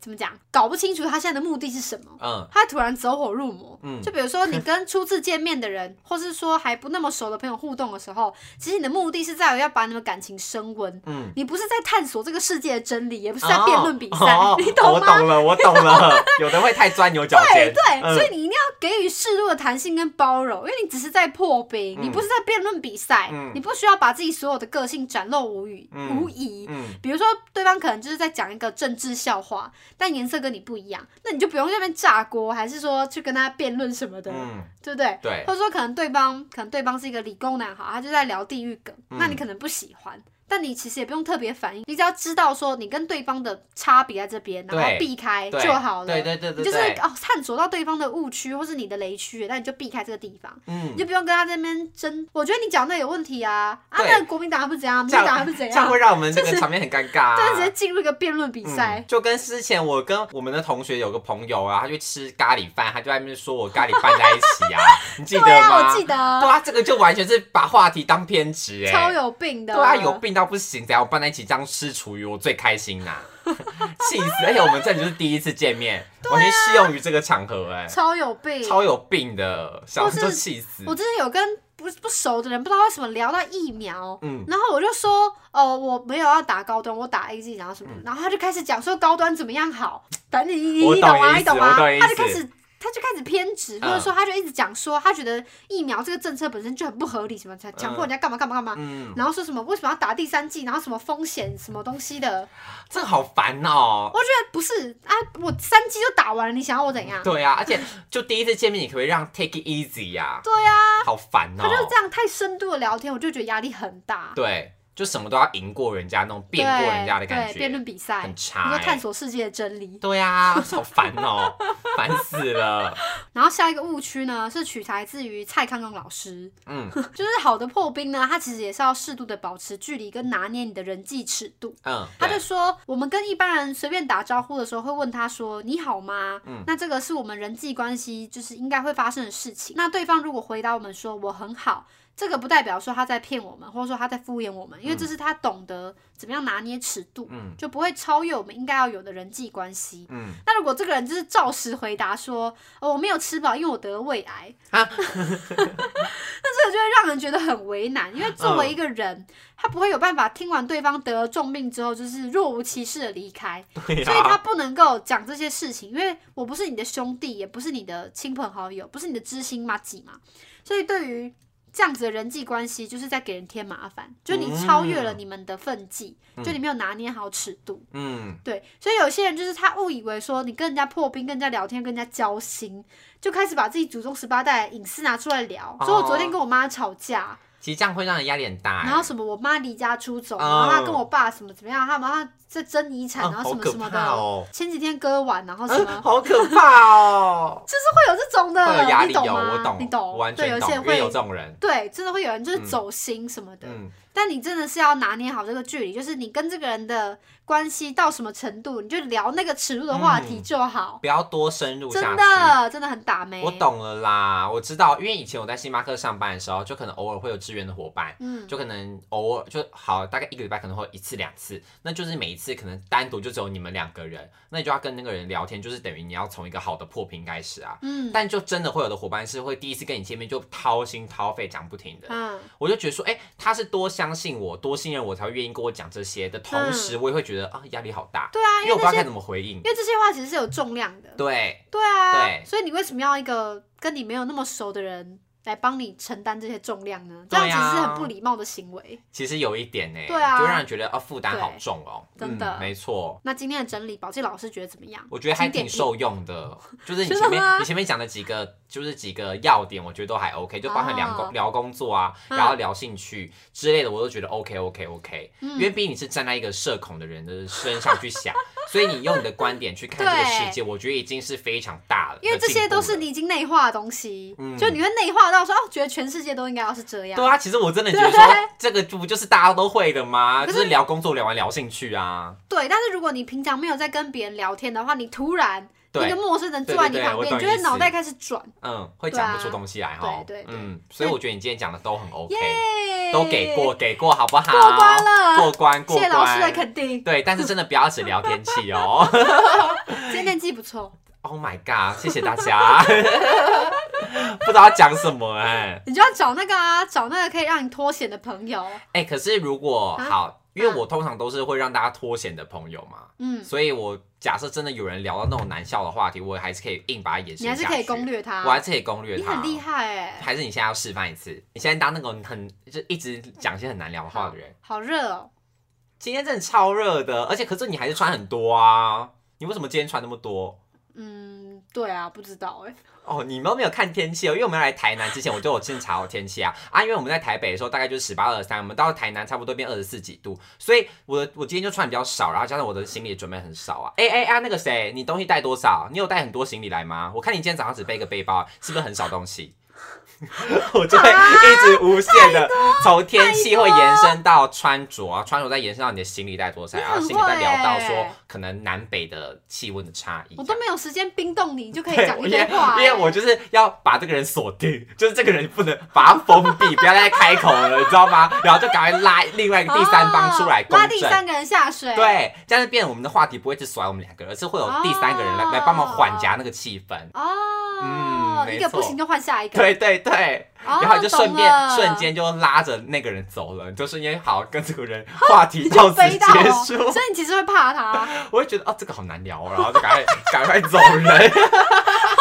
[SPEAKER 2] 怎么讲搞不清楚他现在的目的是什么，
[SPEAKER 1] 嗯
[SPEAKER 2] 他突然走火入魔。
[SPEAKER 1] 嗯
[SPEAKER 2] 就比如说你跟初次见面的人，或是说还不那么熟的朋友互动的时候，其实你的目的是在于要把你们感情升温。
[SPEAKER 1] 嗯，
[SPEAKER 2] 你不是在探索这个世界的真理，也不是在辩论比赛，
[SPEAKER 1] 哦哦
[SPEAKER 2] 你懂
[SPEAKER 1] 我
[SPEAKER 2] 吗？
[SPEAKER 1] 懂了，我懂 了。有的会太钻牛角尖。
[SPEAKER 2] 对，
[SPEAKER 1] 嗯
[SPEAKER 2] 所以你一定要给予适度的弹性跟包容，因为你只是在破冰，
[SPEAKER 1] 嗯
[SPEAKER 2] 你不是在辩论比赛，
[SPEAKER 1] 嗯
[SPEAKER 2] 你不需要把自己所有的个性展露无语、
[SPEAKER 1] 嗯
[SPEAKER 2] 无疑。
[SPEAKER 1] 嗯，
[SPEAKER 2] 比如说，对方可能就是在讲一个政治笑话，但颜色跟你不一样，那你就不用在那边炸锅，还是说去跟他辩论什么的，
[SPEAKER 1] 嗯，
[SPEAKER 2] 对不对？
[SPEAKER 1] 对
[SPEAKER 2] 或，者说，可能对方可能对方是一个理工男，好，他就在聊地狱梗，
[SPEAKER 1] 嗯
[SPEAKER 2] 那你可能不喜欢，但你其实也不用特别反应，你只要知道说你跟对方的差别在这边，然后
[SPEAKER 1] 对
[SPEAKER 2] 避开
[SPEAKER 1] 对
[SPEAKER 2] 就哎好了。
[SPEAKER 1] 对对对对，
[SPEAKER 2] 你就是
[SPEAKER 1] 对
[SPEAKER 2] 哦，探索到对方的误区或是你的雷区，那你就避开这个地方，
[SPEAKER 1] 嗯
[SPEAKER 2] 你就，不用跟他在那边争。我觉得你讲那有问题啊，啊，
[SPEAKER 1] 对
[SPEAKER 2] 那国民党还不怎样，民
[SPEAKER 1] 这
[SPEAKER 2] 进党还
[SPEAKER 1] 样
[SPEAKER 2] 不怎
[SPEAKER 1] 这样
[SPEAKER 2] 样
[SPEAKER 1] 会，让我们这
[SPEAKER 2] 就是
[SPEAKER 1] 个场面很尴尬啊。
[SPEAKER 2] 但是直接进入一个辩论比赛
[SPEAKER 1] 嗯，，就跟之前我跟我们的同学有个朋友啊，他去吃咖喱饭，他就在那边说我咖喱拌在一起 啊，你记得
[SPEAKER 2] 对啊，
[SPEAKER 1] 吗？
[SPEAKER 2] 我记
[SPEAKER 1] 对
[SPEAKER 2] 得，
[SPEAKER 1] 啊，这个就完全是把话题当偏执哎、
[SPEAKER 2] 超有病的，
[SPEAKER 1] 对啊，有病到不行，只要我拌在一起这样吃厨余，我最开心啦、 气死！而且我们这里就是第一次见面，
[SPEAKER 2] 啊
[SPEAKER 1] 完全适用于这个场合哎、
[SPEAKER 2] 超有病。
[SPEAKER 1] 超有病的，想
[SPEAKER 2] 是
[SPEAKER 1] 就气死。
[SPEAKER 2] 我之前有跟不不熟的人，不知道为什么聊到疫苗。
[SPEAKER 1] 嗯，
[SPEAKER 2] 然后我就说，哦，我没有要打高端，我打 A G，然后什么，然后他就开始讲说高端怎么样好，反正你你
[SPEAKER 1] 嗯我
[SPEAKER 2] 你
[SPEAKER 1] 懂
[SPEAKER 2] 懂吗？
[SPEAKER 1] 你意
[SPEAKER 2] 你懂
[SPEAKER 1] 思
[SPEAKER 2] 吗？
[SPEAKER 1] 我懂你意
[SPEAKER 2] 他就
[SPEAKER 1] 思
[SPEAKER 2] 开始他就开始偏执，
[SPEAKER 1] 嗯
[SPEAKER 2] 或者说他就一直讲说，他觉得疫苗这个政策本身就很不合理，什么才强迫人家干嘛干嘛干嘛，
[SPEAKER 1] 嗯，
[SPEAKER 2] 然后说什么为什么要打第三剂，然后什么风险什么东西的，
[SPEAKER 1] 这好烦哦、
[SPEAKER 2] 我觉得不是啊，我三剂就打完了，你想要我怎样？
[SPEAKER 1] 对啊，而且就第一次见面，你可不可以让 take it easy 呀、
[SPEAKER 2] 对啊，
[SPEAKER 1] 好烦哦、
[SPEAKER 2] 他就是这样太深度的聊天，我就觉得压力很大，
[SPEAKER 1] 对，就什么都要赢过人家那种辩过人家的感
[SPEAKER 2] 对对辩
[SPEAKER 1] 觉，
[SPEAKER 2] 论比赛，
[SPEAKER 1] 很
[SPEAKER 2] 你
[SPEAKER 1] 差、
[SPEAKER 2] 说探
[SPEAKER 1] 欸。
[SPEAKER 2] 索世界的真理。
[SPEAKER 1] 对啊，好烦哦、 烦死了。
[SPEAKER 2] 然后下一个误区呢，是取材自于蔡康永老师，
[SPEAKER 1] 嗯
[SPEAKER 2] 就是好的破冰呢，它其实也是要适度的保持距离跟拿捏你的人际尺度。
[SPEAKER 1] 嗯，
[SPEAKER 2] 他就
[SPEAKER 1] 对
[SPEAKER 2] 说，我们跟一般人随便打招呼的时候，会问他说“你好吗”，
[SPEAKER 1] 嗯
[SPEAKER 2] 那这个是我们人际关系就是应该会发生的事情。那对方如果回答我们说“我很好”，这个不代表说他在骗我们，或者说他在敷衍我们，因为这是他懂得怎么样拿捏尺度，
[SPEAKER 1] 嗯
[SPEAKER 2] 就不会超越我们应该要有的人际关系。
[SPEAKER 1] 嗯
[SPEAKER 2] 那如果这个人就是照实回答说，哦，我没有吃饱，因为我得了胃 癌，
[SPEAKER 1] 啊
[SPEAKER 2] 那这个就会让人觉得很为难，因为作
[SPEAKER 1] 嗯
[SPEAKER 2] 为一个人，他不会有办法听完对方得了重病之后，就是若无其事的离开，
[SPEAKER 1] 对
[SPEAKER 2] 所以他
[SPEAKER 1] 啊，
[SPEAKER 2] 不能够讲这些事情，因为我不是你的兄弟，也不是你的亲朋好友，不是你的知心妈己嘛，所以对于。这样子的人际关系就是在给人添麻
[SPEAKER 1] 嗯
[SPEAKER 2] 烦，就你超越了你们的分际，就你没有拿捏好尺度。
[SPEAKER 1] 嗯，
[SPEAKER 2] 对，所以有些人就是他误以为说你跟人家破冰、跟人家聊天、跟人家交心，就开始把自己祖宗十八代的隐私拿出来聊。所以我昨天跟我妈吵架，
[SPEAKER 1] 其实这样会让人压力很大、欸。
[SPEAKER 2] 然后什么我妈离家出走，
[SPEAKER 1] 哦
[SPEAKER 2] 然后她跟我爸什么怎么样，他们他在争遗产，
[SPEAKER 1] 啊
[SPEAKER 2] 然
[SPEAKER 1] 好
[SPEAKER 2] 后什么
[SPEAKER 1] 可
[SPEAKER 2] 什么的。
[SPEAKER 1] 怕哦
[SPEAKER 2] 前几天割腕，然后什么。
[SPEAKER 1] 嗯好可怕哦、
[SPEAKER 2] 会有 这种的，
[SPEAKER 1] 会有压力
[SPEAKER 2] 你懂
[SPEAKER 1] 哦，
[SPEAKER 2] 吗？
[SPEAKER 1] 我懂，
[SPEAKER 2] 你
[SPEAKER 1] 我完
[SPEAKER 2] 对，
[SPEAKER 1] 全
[SPEAKER 2] 有
[SPEAKER 1] 懂，
[SPEAKER 2] 些
[SPEAKER 1] 因
[SPEAKER 2] 人会
[SPEAKER 1] 为有这种人，
[SPEAKER 2] 对，真的会有人就是
[SPEAKER 1] 嗯
[SPEAKER 2] 走心什么的。
[SPEAKER 1] 嗯，
[SPEAKER 2] 但你真的是要拿捏好这个距离，就是你跟这个人的关系到什么程度，你就聊那个尺度的话题
[SPEAKER 1] 嗯
[SPEAKER 2] 就好。
[SPEAKER 1] 不要多深入下
[SPEAKER 2] 真
[SPEAKER 1] 去。
[SPEAKER 2] 的，真的很打没。
[SPEAKER 1] 我。懂了啦，我知道，因为以前我在星巴克上班的时候，就可能偶尔会有支援的伙伴，
[SPEAKER 2] 嗯，
[SPEAKER 1] 就可能偶尔就好，大概一个礼拜可能会有一次两次，那就是每一次可能单独就只有你们两个人，那你就要跟那个人聊天，就是等于你要从一个好的破冰开始啊。
[SPEAKER 2] 嗯
[SPEAKER 1] 但就真的会有的伙伴是会第一次跟你见面就掏心掏肺讲不停的，
[SPEAKER 2] 嗯，
[SPEAKER 1] 我就觉得说，哎、他是多相信我，多信任我才会愿意跟我讲这些的同时，我也会觉得啊压力好大，
[SPEAKER 2] 对嗯啊，
[SPEAKER 1] 因为
[SPEAKER 2] 因为
[SPEAKER 1] 我不知道
[SPEAKER 2] 那些
[SPEAKER 1] 该怎么回应
[SPEAKER 2] 因。为这些话其实是有重量的。
[SPEAKER 1] 对，
[SPEAKER 2] 对啊，
[SPEAKER 1] 对
[SPEAKER 2] 所以你为什么要一个跟你没有那么熟的人来帮你承担这些重量呢？这
[SPEAKER 1] 对
[SPEAKER 2] 样
[SPEAKER 1] 啊
[SPEAKER 2] 其实是很不礼貌的行为。
[SPEAKER 1] 其实有一点呢、
[SPEAKER 2] 对啊
[SPEAKER 1] 就让人觉得啊负担好重哦、
[SPEAKER 2] 真的
[SPEAKER 1] 嗯、没错。
[SPEAKER 2] 那今天的整理，宝记老师觉得怎么样？
[SPEAKER 1] 我觉得还
[SPEAKER 2] 请点
[SPEAKER 1] 挺
[SPEAKER 2] 评
[SPEAKER 1] 受用的，就是你
[SPEAKER 2] 真的
[SPEAKER 1] 前面
[SPEAKER 2] 吗
[SPEAKER 1] 你前面讲的几个，就是几个要点，我觉得都还 OK，就包含聊工、
[SPEAKER 2] 哦
[SPEAKER 1] 聊工作啊，
[SPEAKER 2] 嗯
[SPEAKER 1] 然后聊兴趣之类的，我都觉得 OK OK OK，、因为
[SPEAKER 2] 嗯，
[SPEAKER 1] 毕竟你是站在一个社恐的人的身上去 想，所以你用你的观点去看这个世界，我觉得已经是非常大了的进步了，
[SPEAKER 2] 因为这些都是你已经内化的东西，
[SPEAKER 1] 嗯
[SPEAKER 2] 就你会内化到说哦，觉得全世界都应该要是这样
[SPEAKER 1] 对。啊，其实我真的觉得说这个不就是大家都会的吗？
[SPEAKER 2] 可
[SPEAKER 1] 就是是聊工作聊完聊兴趣啊，
[SPEAKER 2] 对，但是如果你平常没有在跟别人聊天的话，你突然
[SPEAKER 1] 对
[SPEAKER 2] 一个陌生人坐在你
[SPEAKER 1] 对对对
[SPEAKER 2] 旁
[SPEAKER 1] 我
[SPEAKER 2] 边，
[SPEAKER 1] 懂
[SPEAKER 2] 你就会
[SPEAKER 1] 意思
[SPEAKER 2] 脑袋开始转，
[SPEAKER 1] 嗯，会
[SPEAKER 2] 对
[SPEAKER 1] 讲
[SPEAKER 2] 啊
[SPEAKER 1] 不出东西来哈。
[SPEAKER 2] 对对对
[SPEAKER 1] 嗯，所以我觉得你今天讲的都很 OK，
[SPEAKER 2] 耶，
[SPEAKER 1] 都给过，给过好不好？
[SPEAKER 2] 过关了
[SPEAKER 1] 过关过
[SPEAKER 2] 谢
[SPEAKER 1] 关。
[SPEAKER 2] 谢老师的肯定，
[SPEAKER 1] 对，但是真的不要只聊天气哦。
[SPEAKER 2] 今天天气不错，
[SPEAKER 1] oh my god！谢谢大家， 不知道讲什么哎、
[SPEAKER 2] 你就要找那个啊，找那个可以让你脱险的朋友，
[SPEAKER 1] 哎、可是如果
[SPEAKER 2] 啊
[SPEAKER 1] 好，因为我通常都是会让大家脱险的朋友嘛，
[SPEAKER 2] 嗯，
[SPEAKER 1] 所以我假设真的有人聊到那种难笑的话题，我还是可以硬把它延伸
[SPEAKER 2] 你还是
[SPEAKER 1] 下
[SPEAKER 2] 可以
[SPEAKER 1] 去
[SPEAKER 2] 攻略他，
[SPEAKER 1] 我还是可以攻略
[SPEAKER 2] 你
[SPEAKER 1] 它。
[SPEAKER 2] 很厉害哎、
[SPEAKER 1] 还是你现在要示范一次？你现在当那种很就一直讲一些很难聊的话的人。
[SPEAKER 2] 好热哦、
[SPEAKER 1] 今天真的超热的，而且可是你还是穿很多啊，你为什么今天穿那么多？
[SPEAKER 2] 嗯，对啊，不知道哎、
[SPEAKER 1] 哦，你们都没有看天气哦，因为我们要来台南之前，我就有先查好天气啊啊，因为我们在台北的时候大概就是十八二三，我们到台南差不多变二十四几度，所以我的我今天就穿比较少，然后加上我的行李也准备很少啊。哎、哎、啊，那个谁，你东西带多少？你有带很多行李来吗？我看你今天早上只背一个背包，是不是很少东西？ 我就会一直无限的从天气会延伸到穿着啊，穿着再延伸到你的行李带多少，
[SPEAKER 2] 你
[SPEAKER 1] 然
[SPEAKER 2] 很
[SPEAKER 1] 后行李再聊到
[SPEAKER 2] 会欸
[SPEAKER 1] 说可能南北的气温的差异。
[SPEAKER 2] 我都没有时间冰冻你，你就可以
[SPEAKER 1] 对，
[SPEAKER 2] 讲一
[SPEAKER 1] 因为
[SPEAKER 2] 堆话、
[SPEAKER 1] 因
[SPEAKER 2] 哎
[SPEAKER 1] 为我就是要把这个人锁定， 就是这个人不能把他封闭， 不要再开口了，你知道吗？然后就赶快拉另外一个第三方出来
[SPEAKER 2] 哦
[SPEAKER 1] 公
[SPEAKER 2] 拉第
[SPEAKER 1] 正。
[SPEAKER 2] 三个人下水，，
[SPEAKER 1] 对，这样就变成我们的话题不会只甩我们两个，而是会有第三个人来、
[SPEAKER 2] 哦
[SPEAKER 1] 来帮忙缓夹那个气氛。
[SPEAKER 2] 哦，
[SPEAKER 1] 嗯
[SPEAKER 2] 一
[SPEAKER 1] 没
[SPEAKER 2] 个
[SPEAKER 1] 错
[SPEAKER 2] 不行就换下一个，
[SPEAKER 1] 对对对，
[SPEAKER 2] 哦，
[SPEAKER 1] 然后你就顺便
[SPEAKER 2] 懂了
[SPEAKER 1] 瞬间就拉着那个人走了，你就瞬间好跟这个人话题到
[SPEAKER 2] 就
[SPEAKER 1] 此
[SPEAKER 2] 飞到
[SPEAKER 1] 结
[SPEAKER 2] 哦，
[SPEAKER 1] 束。
[SPEAKER 2] 所以你其实会怕 他，好
[SPEAKER 1] 我会觉得哦，这个好难聊哦，然后就赶快 赶快走人。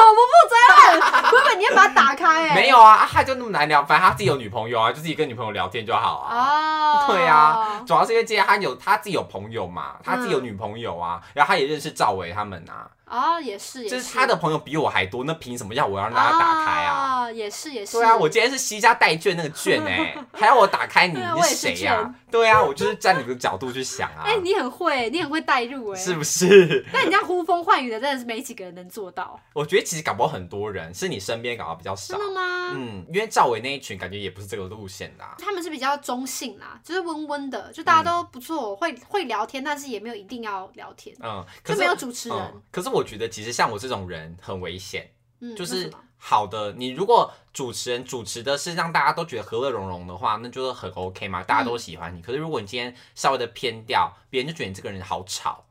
[SPEAKER 2] 不负责任，根本你要把他打开哎、
[SPEAKER 1] 没有啊，啊他就那么难聊，反正他自己有女朋友啊，就自己跟女朋友聊天就好啊。
[SPEAKER 2] 哦，
[SPEAKER 1] 对啊，，主要是因为今天他有他自己有朋友嘛，他自
[SPEAKER 2] 嗯
[SPEAKER 1] 己有女朋友啊，然后他也认识赵薇他们啊，
[SPEAKER 2] 哦，也是，也
[SPEAKER 1] 就是是他的朋友比我还多，那凭什么要我要让他打开啊？
[SPEAKER 2] 哦，也是也是，
[SPEAKER 1] 对啊，我今天是西家带卷那个卷哎、还要我打开你，
[SPEAKER 2] 对啊
[SPEAKER 1] 你
[SPEAKER 2] 我也
[SPEAKER 1] 是
[SPEAKER 2] 是
[SPEAKER 1] 谁呀、对啊，我就是站你的角度去想啊，
[SPEAKER 2] 哎、你很会，你很会带入哎、
[SPEAKER 1] 是不是？
[SPEAKER 2] 但你这样呼风唤雨的，真的是没几个人能做到，
[SPEAKER 1] 我觉得其实搞不好很多人是你身边搞不好比较少
[SPEAKER 2] 真，的吗？
[SPEAKER 1] 嗯，因为赵薇那一群感觉也不是这个路线的、啊，
[SPEAKER 2] 他们是比较中性啦，就是温温的，就大家都不错，会会聊天，但是也没有一定要聊天，
[SPEAKER 1] 嗯，可
[SPEAKER 2] 就是没有主持人
[SPEAKER 1] 嗯。，可是我觉得其实像我这种人很危险。
[SPEAKER 2] 嗯，
[SPEAKER 1] 就
[SPEAKER 2] 为什
[SPEAKER 1] 是
[SPEAKER 2] 么
[SPEAKER 1] 好的，你如果主持人主持的是让大家都觉得和乐融融的话，那就是很 OK 嘛，大家都
[SPEAKER 2] 嗯
[SPEAKER 1] 喜欢你。可是如果你今天稍微的偏掉，别人就觉得你这个人好吵，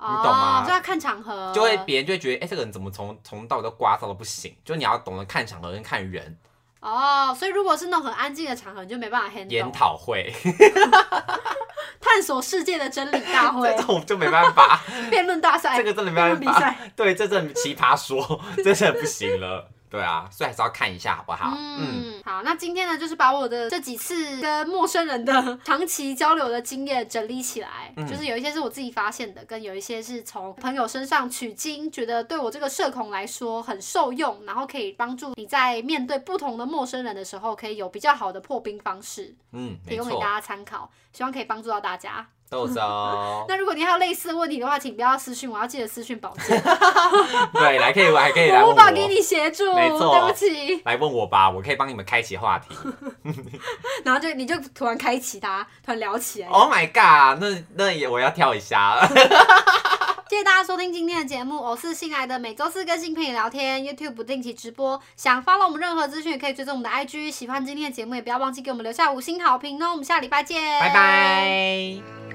[SPEAKER 1] 你懂吗
[SPEAKER 2] 哦，就要看场合，
[SPEAKER 1] 就会别人就会觉得，哎、这个人怎么从从到尾都刮到的不行？就你要懂得看场合跟看人，
[SPEAKER 2] 哦，所以如果是那种很安静的场合，你就没办法
[SPEAKER 1] 研
[SPEAKER 2] handle
[SPEAKER 1] 讨会
[SPEAKER 2] 探索世界的真理大 会哎
[SPEAKER 1] 这、种就没办法，
[SPEAKER 2] 辩论大赛
[SPEAKER 1] 这、个真的没
[SPEAKER 2] 辩
[SPEAKER 1] 办
[SPEAKER 2] 论比
[SPEAKER 1] 法。
[SPEAKER 2] 赛。
[SPEAKER 1] 对，这阵奇葩说， 这真的不行了。对啊，所以还是要看一下好不好？嗯
[SPEAKER 2] 嗯，好，那今天呢，就是把我的这几次跟陌生人的长期交流的经验整理起来，
[SPEAKER 1] 嗯
[SPEAKER 2] 就是有一些是我自己发现的，跟有一些是从朋友身上取经，觉得对我这个社恐来说很受用，然后可以帮助你在面对不同的陌生人的时候，可以有比较好的破冰方式，
[SPEAKER 1] 嗯，没
[SPEAKER 2] 提供给大
[SPEAKER 1] 错。
[SPEAKER 2] 家参考，希望可以帮助到大家。。
[SPEAKER 1] 豆粥
[SPEAKER 2] 那如果你还有类似的问题的话，请不要私讯我，要记得私讯宝剑，
[SPEAKER 1] 对，来可以，还可 以来
[SPEAKER 2] 我无
[SPEAKER 1] 问
[SPEAKER 2] 法给
[SPEAKER 1] 我，
[SPEAKER 2] 你协助，
[SPEAKER 1] 没错
[SPEAKER 2] 对不起。
[SPEAKER 1] 来问我吧，我可以帮你们开启话题。
[SPEAKER 2] 然后就你就突然开启它，突然聊起来。
[SPEAKER 1] Oh my god，那那也我要跳一下。
[SPEAKER 2] 谢谢大家收听今天的节目，我是新来的，每周四更新陪你聊天，YouTube 不定期直播。想 follow 我们任何资讯，也可以追踪我们的 IG。喜欢今天的节目，也不要忘记给我们留下五星好评哦。我们下礼拜见，
[SPEAKER 1] 拜。拜。